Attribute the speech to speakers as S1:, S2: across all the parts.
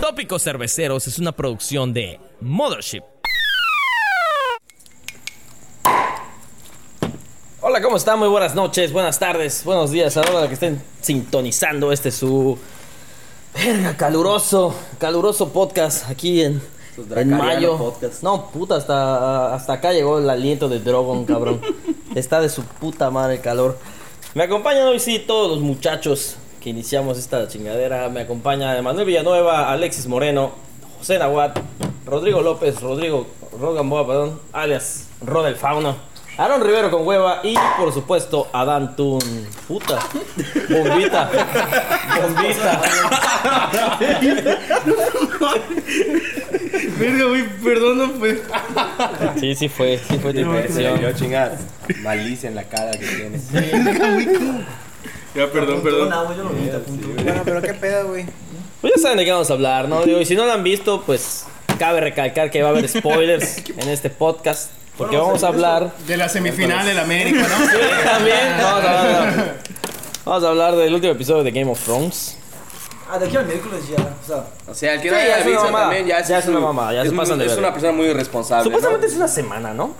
S1: Tópicos Cerveceros es una producción de Mothership. Hola, ¿cómo están? Muy buenas noches, buenas tardes, buenos días a la hora de que estén sintonizando este su verga, caluroso, caluroso podcast aquí en, en mayo.
S2: podcast.
S1: No, puta, hasta, hasta acá llegó el aliento de Drogon, cabrón. Está de su puta madre el calor. Me acompañan hoy sí todos los muchachos que iniciamos esta chingadera. Me acompaña Manuel Villanueva, Alexis Moreno, José Nahuat, Rodrigo López, Rodrigo Rogamboa, perdón, alias Rod el Fauno. Aaron Rivero con hueva y por supuesto Adán Tun. Puta. Bombita. Bombita.
S3: Verga, güey, perdón, no fue.
S1: Sí, sí fue, sí fue tu
S2: Se
S1: intención.
S2: vio chingar. Malicia en la cara que tiene.
S3: Ya, perdón, perdón.
S4: Bueno, pero qué pedo, güey.
S1: Pues ya saben de qué vamos a hablar, ¿no? Digo, y si no lo han visto, pues cabe recalcar que va a haber spoilers en este podcast. Porque vamos a hablar.
S3: De la semifinal del América,
S1: Sí,
S3: ¿no?
S1: también. No, no, no. Vamos a hablar del último episodio de Game of Thrones.
S4: Ah, de aquí al miércoles ya. O sea,
S2: O sea, el que
S1: Sí,
S2: no
S1: ya
S2: haya
S1: es una
S2: visto
S1: mamada.
S2: también ya es,
S1: Ya es una
S2: un-
S1: mamada, ya se
S2: es
S1: pasan
S2: muy-
S1: de
S2: Es
S1: verga.
S2: una persona muy irresponsable.
S1: Supuestamente
S2: ¿no?
S1: es una semana, ¿no?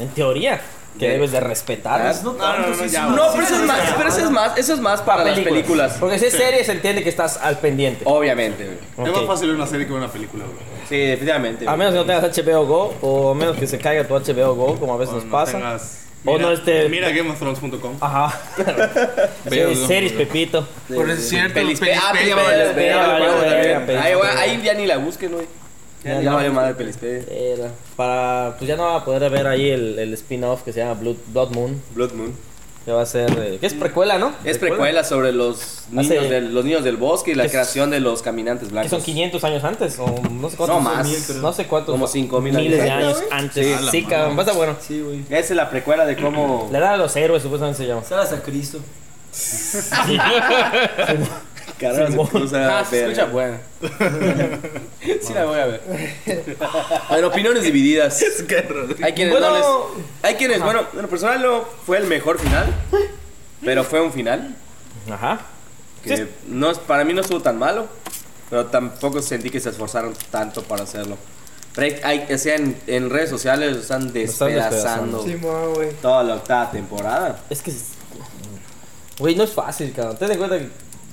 S1: En teoría. Que
S2: Sí.
S1: debes de respetar.
S4: pues no
S2: No, no,
S4: tanto,
S2: no,
S4: sí, sí,
S2: ya, güey.
S4: sí,
S2: No,
S4: sí,
S2: pero eso es
S4: sí,
S2: más,
S4: sí,
S2: pero eso es más, eso es más para las películas.
S1: Porque si es serie se entiende que estás al pendiente.
S2: Obviamente, güey.
S3: Es más
S1: Ok.
S3: fácil ver una serie que una película, güey.
S2: Sí, definitivamente.
S1: A
S2: güey.
S1: menos que no tengas HBO Go, o a menos que se caiga tu HBO Go, como a veces
S2: Pues
S1: nos
S3: No
S1: pasa.
S3: tengas-
S1: O
S3: Mira-
S1: no este-
S3: Mira GameOfThrones.com.
S1: Ajá.
S3: Veo,
S1: Sí,
S3: veo,
S1: series,
S3: veo.
S1: Pepito.
S2: Sí,
S3: Por
S2: sí.
S3: cierto,
S2: Pelis-
S3: Pelis-
S2: Ah,
S3: Pelis-
S2: ya valió la
S1: Pelis- Pelis-
S2: pena, güey,
S1: Pelis-
S2: también.
S1: Pelis-
S2: Ahí, güey,
S1: Pelis-
S2: Ahí ya ni la busquen, güey. Ya
S1: Ya
S2: ya
S1: no.
S2: valió madre Pelispe.
S1: Era para pues ya no va a poder ver ahí el, el spin-off que se llama Blood, Blood Moon
S2: Blood Moon.
S1: que va a ser eh, que es precuela no
S2: Es precuela sobre los
S1: Hace-
S2: niños, del, los niños del bosque y la
S1: Que es-
S2: creación de los caminantes
S1: que
S2: blancos.
S1: son 500 años antes o no sé cuántos
S2: No más.
S1: no sé cuántos
S2: Como 5000
S1: miles de
S2: años.
S1: años antes sí, cabrón pasa bueno
S4: Sí, güey.
S2: Esa es la precuela de cómo
S1: la edad de los héroes supuestamente se llama
S4: Salas a Cristo.
S2: Caramba, se cruza
S5: Ah, se
S2: verga.
S5: escucha buena. sí la voy a ver.
S2: Bueno, opiniones divididas. Hay quienes
S1: Bueno.
S2: no les- Hay quienes, bueno, en lo personal no fue el mejor final, pero fue un final
S1: ajá
S2: que
S1: Sí.
S2: no es- para mí no estuvo tan malo, pero tampoco sentí que se esforzaron tanto para hacerlo. Pero hay- hay que sea en, en redes sociales lo están
S1: están
S2: despedazando
S4: Sí, ma, güey.
S2: toda la octava temporada.
S1: es que es- güey no es fácil cabrón ten en cuenta que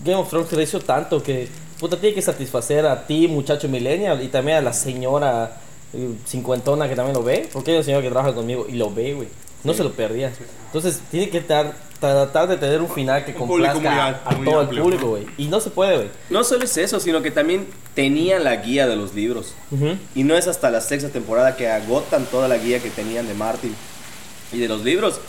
S1: Game of Thrones creció tanto que puta tiene que satisfacer a ti muchacho millennial y también a la señora eh, cincuentona que también lo ve porque hay una señora que trabaja conmigo y lo ve güey no se lo perdía entonces tiene que tar- tratar de tener un final que
S3: Un público
S1: complazca a- a,
S3: muy
S1: todo el
S3: amplio,
S1: público
S3: ¿no?
S1: güey y no se puede güey
S2: No solo es eso, sino que también tenía la guía de los libros.
S1: Ujú.
S2: Y no es hasta la sexta temporada que agotan toda la guía que tenían de Martin y de los libros.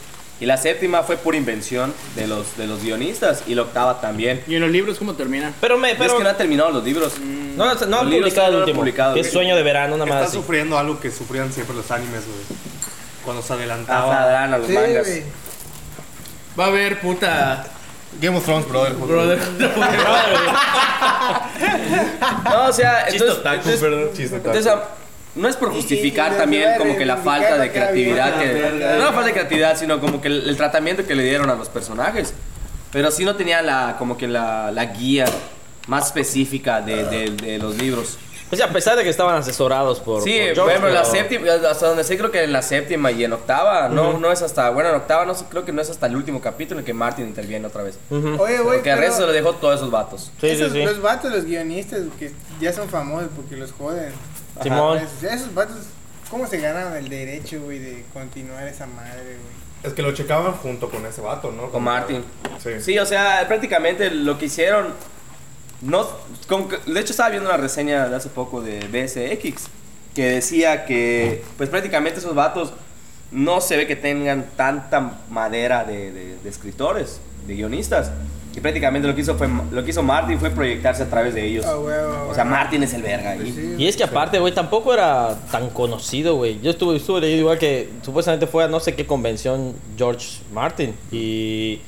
S2: Y la séptima fue por invención de los, de los guionistas y la octava también.
S5: ¿Y en los libros cómo termina?
S1: pero me
S2: Pero, es
S1: pero Mm,
S2: que no han terminado los libros.
S1: no no, no han
S2: Los libros
S1: publicado
S2: no
S1: el
S2: han
S1: último
S2: publicado,
S1: que es
S2: güey.
S1: sueño de verano nada
S3: Está
S1: más así.
S3: sufriendo algo que sufrían siempre los animes, güey. Cuando se adelantaban.
S2: Afadarán a Ah, los
S4: Sí,
S2: mangas.
S4: güey.
S5: Va a haber puta.
S3: Game of Thrones, brother.
S5: Brother.
S2: No, o sea, entonces, entonces-
S3: perdón. Chiste
S2: entonces, ah, no es por justificar
S4: Y- y- y-
S2: también
S4: y-
S2: como que la
S4: y-
S2: falta de
S4: y-
S2: creatividad
S4: y-
S2: que...
S4: y-
S2: No la falta de creatividad, sino como que el, el tratamiento que le dieron a los personajes. Pero sí no tenía la, como que la, la guía más específica de- de- de los libros.
S1: o sea Pues a pesar de que estaban asesorados por
S2: Sí,
S1: por George,
S2: bueno, la
S1: pero-
S2: séptima, hasta donde sé, creo que en la séptima y en octava, no, no es hasta, bueno, en octava no sé, creo que no es hasta el último capítulo en que Martin interviene otra vez.
S1: Ujú.
S6: Oye, Eh, güey,
S2: Porque al
S6: pero
S2: resto lo dejó todos esos vatos.
S1: sí sí
S6: esos-
S1: sí
S6: los vatos, los guionistas, que ya son famosos porque los joden.
S2: Ah,
S6: Ah,
S1: Simón
S6: Esos- Esos vatos, ¿cómo se ganaron el derecho, güey, de continuar esa madre, güey?
S3: Es que lo checaban junto con ese vato, ¿no?
S2: Con Martin.
S3: Sí.
S2: Sí, o sea, prácticamente lo que hicieron, no, con- de hecho estaba viendo una reseña de hace poco de BSX que decía que, pues prácticamente esos vatos no se ve que tengan tanta madera de, de- de escritores, de guionistas. Y prácticamente lo que hizo fue lo que hizo Martin fue proyectarse a través de ellos.
S6: Ah, güey, ah,
S2: O
S6: güey.
S2: sea, Martin es el verga. ahí.
S6: Sí,
S1: Y es que aparte, güey, tampoco era tan conocido, güey. Yo estuve, estuve leyendo igual que supuestamente fue a no sé qué convención George Martin. Y,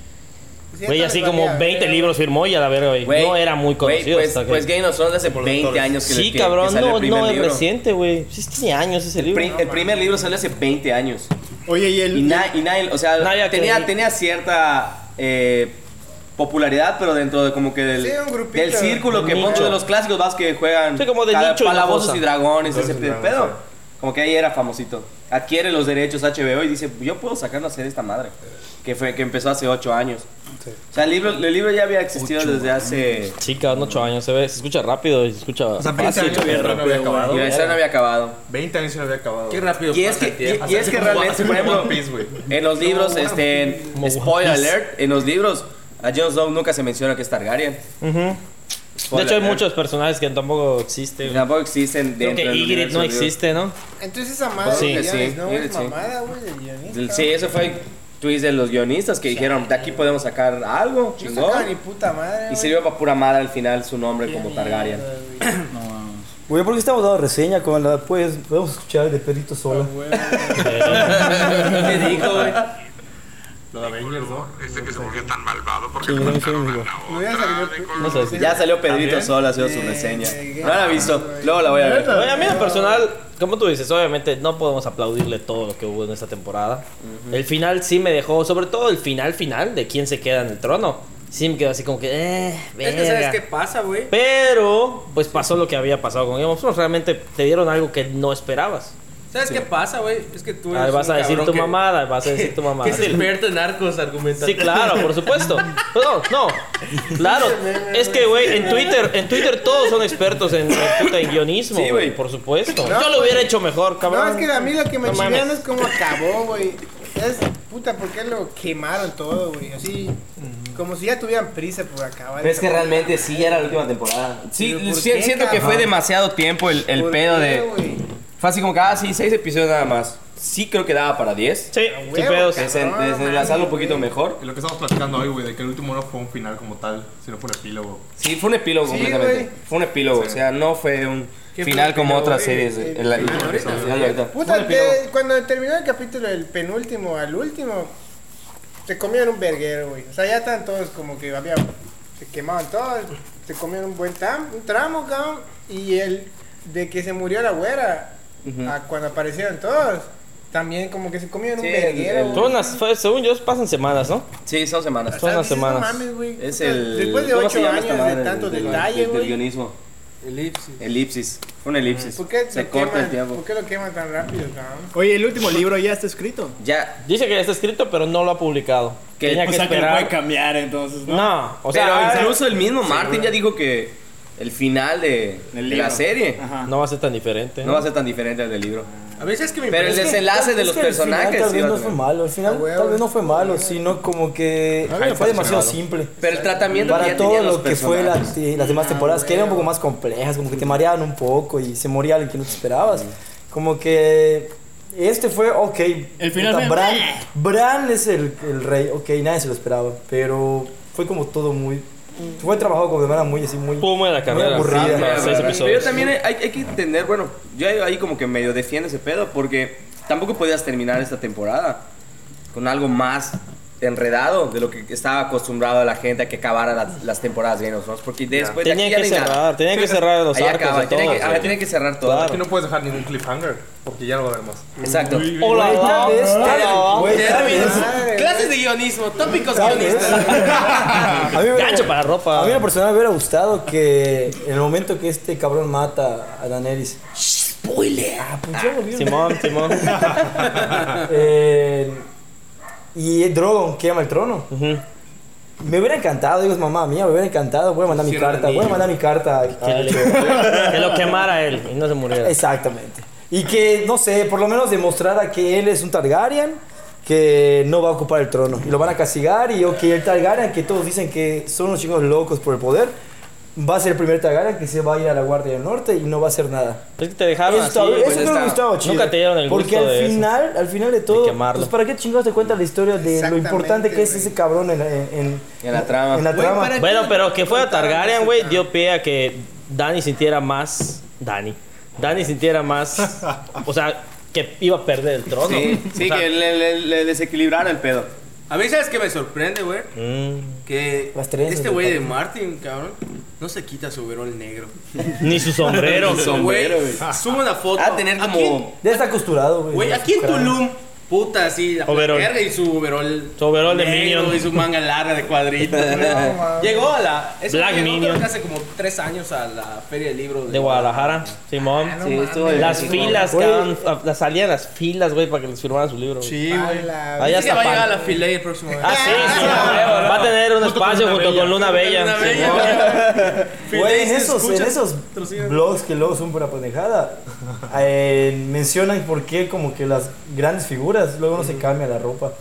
S6: sí,
S1: güey,
S6: no
S1: así
S6: les
S1: como
S6: valía,
S1: 20
S6: güey.
S1: libros firmó y a la verga, güey.
S2: Güey,
S1: No era muy
S2: güey,
S1: conocido.
S2: pues,
S1: hasta que-
S2: pues Game of Thrones hace
S3: Como los
S2: 20
S3: doctores.
S2: años que,
S1: sí,
S2: que- que
S1: cabrón,
S2: salió
S1: no,
S2: el primer
S1: no es
S2: libro.
S1: reciente, güey. Sí, tiene años ese
S2: El,
S1: libro.
S2: pri- el primer libro salió hace 20 años.
S3: Oye, y
S2: Y,
S3: él.
S2: na- y nadie, o sea,
S1: Nadie
S2: tenía,
S1: acredita.
S2: tenía cierta eh, popularidad, pero dentro de como que del,
S6: Sí, un grupito.
S2: del círculo que
S1: Nicho.
S2: muchos de los clásicos vas que juegan
S1: Sí, como de
S2: cada-
S1: nicho y la
S2: calabozos
S1: fosa.
S2: y dragones, ese
S3: Calabozos y
S2: pe-
S3: dragones,
S2: pedo.
S3: sí.
S2: Como que ahí era famosito. Adquiere los derechos HBO y dice, yo puedo sacar a hacer esta madre. Que fue que empezó hace 8 años.
S3: Sí.
S2: O sea, el libro, el libro ya había existido desde hace...
S1: Chica, 8 años, se ve, se escucha rápido y se escucha
S3: O sea, 20
S1: fácil.
S3: años ya no había acabado.
S2: Y la historia no había acabado.
S3: 20 años ya no había acabado.
S5: Qué rápido.
S2: Y es
S5: pasa el
S2: que-
S5: tiempo.
S2: y es que realmente, por ejemplo-
S3: One Piece, güey.
S2: En los libros, este, en-
S1: Como
S2: spoiler
S1: One Piece.
S2: alert, en los libros a Jon Snow nunca se menciona que es Targaryen.
S1: Ujú. De
S2: Spoiler
S1: hecho, hay
S2: alert.
S1: muchos personajes que tampoco existen. güey.
S2: Tampoco existen
S1: Creo
S2: dentro
S1: que
S2: del
S1: Ygritte
S2: universo
S1: no
S2: de Dios.
S1: existe, ¿no?
S6: Entonces esa madre
S2: Sí,
S6: de
S2: sí,
S6: guiones, no
S2: sí.
S6: es mamada, güey, del guionista.
S2: Sí, eso fue tweets de los guionistas que dijeron, de aquí podemos sacar algo,
S6: No sacaba ni
S2: chingón.
S6: puta madre,
S2: Y
S6: güey.
S2: sirvió para pura madre al final su nombre
S6: Qué
S2: como Targaryen.
S6: mierda, güey.
S5: No, vamos.
S7: Güey, ¿por qué estamos dando reseña con la pues podemos escuchar de Pedrito sola?
S2: ¿Qué dijo, güey?
S3: Lo de Avengers, ¿no?
S8: Este que se volvió tan malvado porque
S7: Sí, no, sí,
S8: plantaron a
S7: igual.
S8: la
S6: Me hubiera
S2: Ah,
S6: salido-
S8: otra de color.
S1: No sé si.
S2: Ya salió Pedrito
S3: ¿También?
S2: Sol haciendo su
S6: Sí,
S2: reseña.
S6: sí,
S2: No la he visto,
S6: güey.
S2: luego la voy a ver.
S1: Oye, a mí en lo personal, como tú dices, obviamente no podemos aplaudirle todo lo que hubo en esta temporada. El final sí me dejó, sobre todo el final final de quién se queda en el trono. Sí me quedó así como que, eh,
S9: Es
S6: Este,
S9: que sabes
S1: verga.
S9: qué pasa, güey.
S1: Pero, pues pasó lo que había pasado con Game of Thrones. Realmente te dieron algo que no esperabas.
S9: ¿Sabes qué pasa, güey? Es que tú eres
S1: Ahí vas
S9: un
S1: a decir
S9: cabrón
S1: tu
S9: que-
S1: mamada, vas a decir tu mamada.
S9: Que es experto en arcos argumental.
S1: Sí, claro, por supuesto. Pues No, no. Claro. Es que, güey, en Twitter, en Twitter todos son expertos en, en puta, en guionismo.
S2: Sí,
S1: güey,
S2: güey.
S1: por supuesto.
S6: No,
S1: Yo lo hubiera hecho mejor, cabrón.
S6: No, es que a mí lo que me
S1: No
S6: chivea
S1: mames.
S6: no es cómo acabó, güey. Es puta, ¿por qué lo quemaron todo, güey? Así, como si ya tuvieran prisa por acabar.
S2: Pero es que
S6: esa-
S2: realmente sí ya era la última temporada. Sí,
S6: Pero ¿por
S2: sí,
S6: qué,
S2: siento que fue
S6: cabrón?
S2: demasiado tiempo el, el
S6: ¿Por
S2: pedo
S6: qué,
S2: de.
S6: güey?
S2: Fue así como que, ah, sí, seis episodios nada más. Sí, creo que daba para 10.
S1: Sí,
S6: A huevo,
S1: sin pedos.
S6: cabrón.
S2: Desen- Desenlazarlo un
S6: güey.
S2: poquito mejor.
S3: Y lo que estamos platicando hoy, güey, de que el último no fue un final como tal, sino fue un epílogo.
S2: Sí, fue un epílogo
S6: Sí,
S2: completamente.
S6: güey.
S2: Fue un epílogo, o sea, no fue eh, un final como otras series.
S6: El
S2: en la-
S6: final
S3: ahorita.
S2: el final ahorita.
S6: Puta, te- cuando terminó el capítulo, el penúltimo al último, se comieron un verguero, güey. O sea, ya estaban todos como que había. Se quemaban todos, se comieron un buen tam- un tramo, cabrón. Y el de que se murió la güera,
S2: Ujú.
S6: a cuando aparecieron todos, también como que se comieron
S2: Sí,
S6: un
S2: el-
S6: verguero.
S2: el-
S6: güey.
S1: Son unas- fue- según yo, pasan semanas, ¿no?
S2: Sí, son semanas.
S6: O sea,
S1: unas
S6: dices, no
S1: semanas.
S6: mames, güey.
S2: Es
S6: Puta,
S2: el.
S6: Después de
S2: ¿cómo se
S6: ocho
S2: llama esta
S6: años
S2: madre
S6: de tanto
S2: del- del-
S6: detalle,
S2: del
S6: güey.
S2: guionismo.
S9: Elipsis.
S2: Elipsis. Fue una elipsis.
S6: ¿Por qué,
S2: Se
S6: lo
S2: corta
S6: queman-
S2: el tiempo.
S6: ¿Por qué lo queman tan rápido, cabrón?
S9: Oye, el último libro ya está escrito.
S2: Ya.
S1: Dice que ya está escrito, pero no lo ha publicado.
S2: Que-
S1: Tenía que
S5: O sea, que lo
S1: esperar.
S5: puede cambiar entonces, ¿no?
S1: no, o
S2: Pero
S1: sea,
S2: incluso el mismo Martin ya dijo que el final de, de la
S5: libro.
S2: serie
S5: Ajá.
S1: no va a ser tan diferente.
S2: no va a ser tan diferente al del libro.
S9: A veces es que me
S2: Pero el
S9: impresiona-
S2: desenlace de
S7: Es
S2: los
S7: que al final
S2: personajes.
S7: Tal
S2: sí
S7: vez
S2: va a
S7: no
S2: tener-
S7: fue malo, al final
S6: Ah, huevo.
S7: tal vez no fue malo, sino como que fue demasiado simple.
S2: Pero el tratamiento que
S7: Para
S2: ya tenían
S7: todo
S2: los
S7: lo que fue la-
S2: personajes.
S7: sí, las demás temporadas, que eran un poco más complejas, como que te mareaban un poco y se moría alguien que no te esperabas. Como que este fue, ok,
S5: El final
S7: puta,
S5: fue-
S7: Bran, Bran es el, el rey, ok, nadie se lo esperaba, pero fue como todo muy... Fue trabajado como de manera muy así, muy...
S1: Pum en la carrera.
S2: Ah,
S7: aburrida.
S1: Rápido,
S7: Pero
S1: seis
S2: Pero yo
S1: episodios.
S2: también hay, hay que entender, bueno, yo ahí- ahí como que medio defiendo ese pedo porque tampoco podías terminar esta temporada con algo más enredado de lo que estaba acostumbrado a la gente a que acabara las, las temporadas de Game of Thrones, porque después de aquí
S1: Tenían
S2: ya
S1: que
S2: no hay nada.
S1: cerrar, tenían que cerrar los
S2: Ahí
S1: arcos
S2: acaba,
S1: de
S2: tiene
S1: todos,
S2: que, ajá,
S1: güey.
S2: tiene que cerrar todo.
S1: Claro.
S3: Aquí no puedes dejar ningún cliffhanger, porque ya no va a haber más.
S2: Exacto.
S1: Hola,
S7: Güey, tal vez,
S1: hola,
S7: tal-
S1: hola.
S7: güey, tal
S9: Términos.
S7: vez-
S9: Clases de guionismo, tópicos
S7: tal vez.
S9: guionistas.
S7: A mí me-
S1: Gancho para
S7: A
S1: ropa.
S7: mí en lo personal me hubiera gustado que en el momento que este cabrón mata a Daenerys. ¡Spoiler! Ah, pues ya lo vieron.
S1: Simón, Simón.
S7: Eh, y Drogon quema el trono.
S1: Ujú.
S7: Me hubiera encantado, digo, es mamá mía, me hubiera encantado. Voy a mandar mi carta, voy a mandar mi carta. a-
S1: Que,
S7: a-
S1: le- que lo quemara él y no se muriera.
S7: Exactamente. Y que, no sé, por lo menos demostrara que él es un Targaryen, que no va a ocupar el trono. Y lo van a castigar y o que el Targaryen, que todos dicen que son unos chicos locos por el poder, va a ser el primer Targaryen que se va a ir a la Guardia del Norte y no va a hacer nada.
S1: Es que te dejaron así,
S7: Eso,
S1: güey.
S7: eso me hubiera gustado, chido.
S1: pues Nunca te dieron el
S7: Porque
S1: gusto
S7: al
S1: de eso.
S7: final, al final de todo,
S1: quemarlo.
S7: pues para qué chingados te cuentas la historia de lo
S6: Exactamente,
S7: importante que es
S6: güey.
S7: ese cabrón en, en, en-
S2: En la trama.
S7: en la
S9: Güey,
S7: trama.
S9: para-
S1: Bueno, pero que fuera Targaryen, güey, dio pie a que Dani sintiera más. Dani. Dani sintiera más. O sea, que iba a perder el trono.
S2: Sí, sí,
S1: O sea,
S2: que le, le- le desequilibrara el pedo.
S9: A mí, ¿sabes qué me sorprende, güey?
S1: mm,
S9: Que
S7: Las trenzas
S9: este
S7: de
S9: güey de
S7: Patrick.
S9: Martin, cabrón, no se quita su verón negro. Ah,
S1: ni su sombrero.
S9: Güey, sube una foto.
S2: A Ah, tener
S9: Aquí-
S2: como.
S7: Ya está acosturado, güey.
S9: Güey, aquí en
S7: Claro.
S9: Tulum, Puta, así, la
S1: Overol.
S9: verga y su overol.
S1: Su overol de
S9: negro
S1: Minion.
S9: Y su manga larga de cuadrito.
S6: mames.
S9: llegó a la. eso
S1: Black
S9: llegó, creo
S1: Minion.
S9: que Hace como tres años a la Feria del Libro
S1: De Guadalajara, Simón.
S6: Ah, no
S2: Sí, estuvo
S6: mames.
S2: bien.
S1: Las
S2: Sí,
S1: filas,
S7: güey.
S1: cabrón. a- la- Salían las filas, güey, para que les firmaran su libro. güey.
S9: Sí, güey.
S6: A
S1: Allá
S9: Dice que
S1: Ah, está
S9: va a llegar
S1: pan.
S9: a la Filey el próximo año.
S1: Ah, sí, sí, Va a tener un espacio junto con Luna Bella.
S9: Luna Bella.
S1: Simón.
S7: Güey, en
S9: se
S7: esos, en
S9: escucha.
S7: esos blogs que luego son para pendejada, eh, mencionan por qué como que las grandes figuras luego no se cambia la ropa.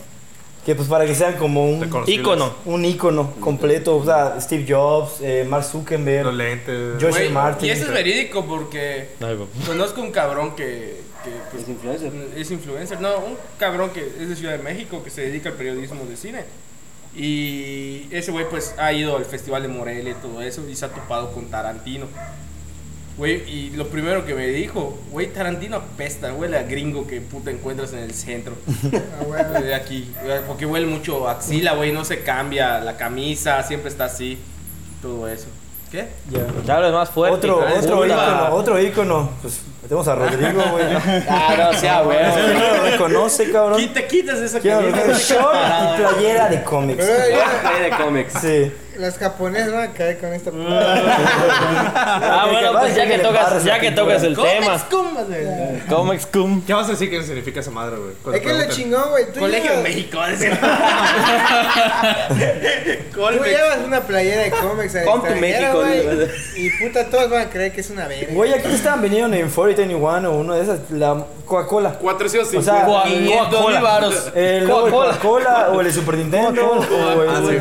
S7: Que pues para que sean como un,
S3: Reconocibles.
S1: Ícono.
S7: un ícono completo. O sea, Steve Jobs, eh, Mark
S3: Los
S7: Zuckerberg,
S3: lentes.
S7: George
S9: Güey,
S7: Martin.
S9: Y eso es verídico porque
S1: Ay, papá.
S9: conozco un cabrón que, que, pues,
S2: Es influencer.
S9: es influencer. No, un cabrón que es de Ciudad de México que se dedica al periodismo de cine. Y ese güey pues ha ido al Festival de Morelia y todo eso y se ha topado con Tarantino. Güey, y lo primero que me dijo, güey, Tarantino apesta, huele a gringo que puta encuentras en el centro. Ah, de aquí, güey, porque huele mucho a axila, güey, no se cambia la camisa, siempre está así, todo eso. ¿Qué?
S7: Ya.
S1: Ya hablas más fuerte.
S7: Otro,
S1: hijo de
S7: otro
S1: puta.
S7: ícono, otro ícono. Pues tenemos a Rodrigo, güey.
S2: Ah, no, sea,
S7: Ese
S2: güey.
S7: no lo reconoce, cabrón.
S9: ¿Qui- te quitas esa
S7: Quiero
S9: camisa?
S7: un short y playera de cómics.
S2: de cómics.
S7: Sí.
S6: Las japonesas van a caer con esta putada.
S1: Ah, bueno, pues ya que tocas, ya que tocas el tema. Mm,
S9: Cumbas, güey.
S1: Comics Cum.
S3: ¿Qué vas a decir que significa esa madre, güey? Cuando
S6: Es que es lo
S3: preguntan.
S6: chingón, güey. Tú
S9: Colegio
S6: llevas-
S9: México. dice.
S6: Tú
S9: Colmex.
S6: llevas una playera de cómics a
S2: Come to México,
S6: güey.
S2: ¿no?
S6: Y puta, todos van a creer que es una verga.
S7: Güey, aquí estaban vendiendo en 4021 o uno de esas, la Coca-Cola.
S9: 450.
S7: O sea,
S1: Coca-
S9: 500
S1: Coca-Cola.
S9: mil varos.
S7: El logo de
S1: Coca-Cola.
S7: Coca-Cola o el de Super Nintendo. O el,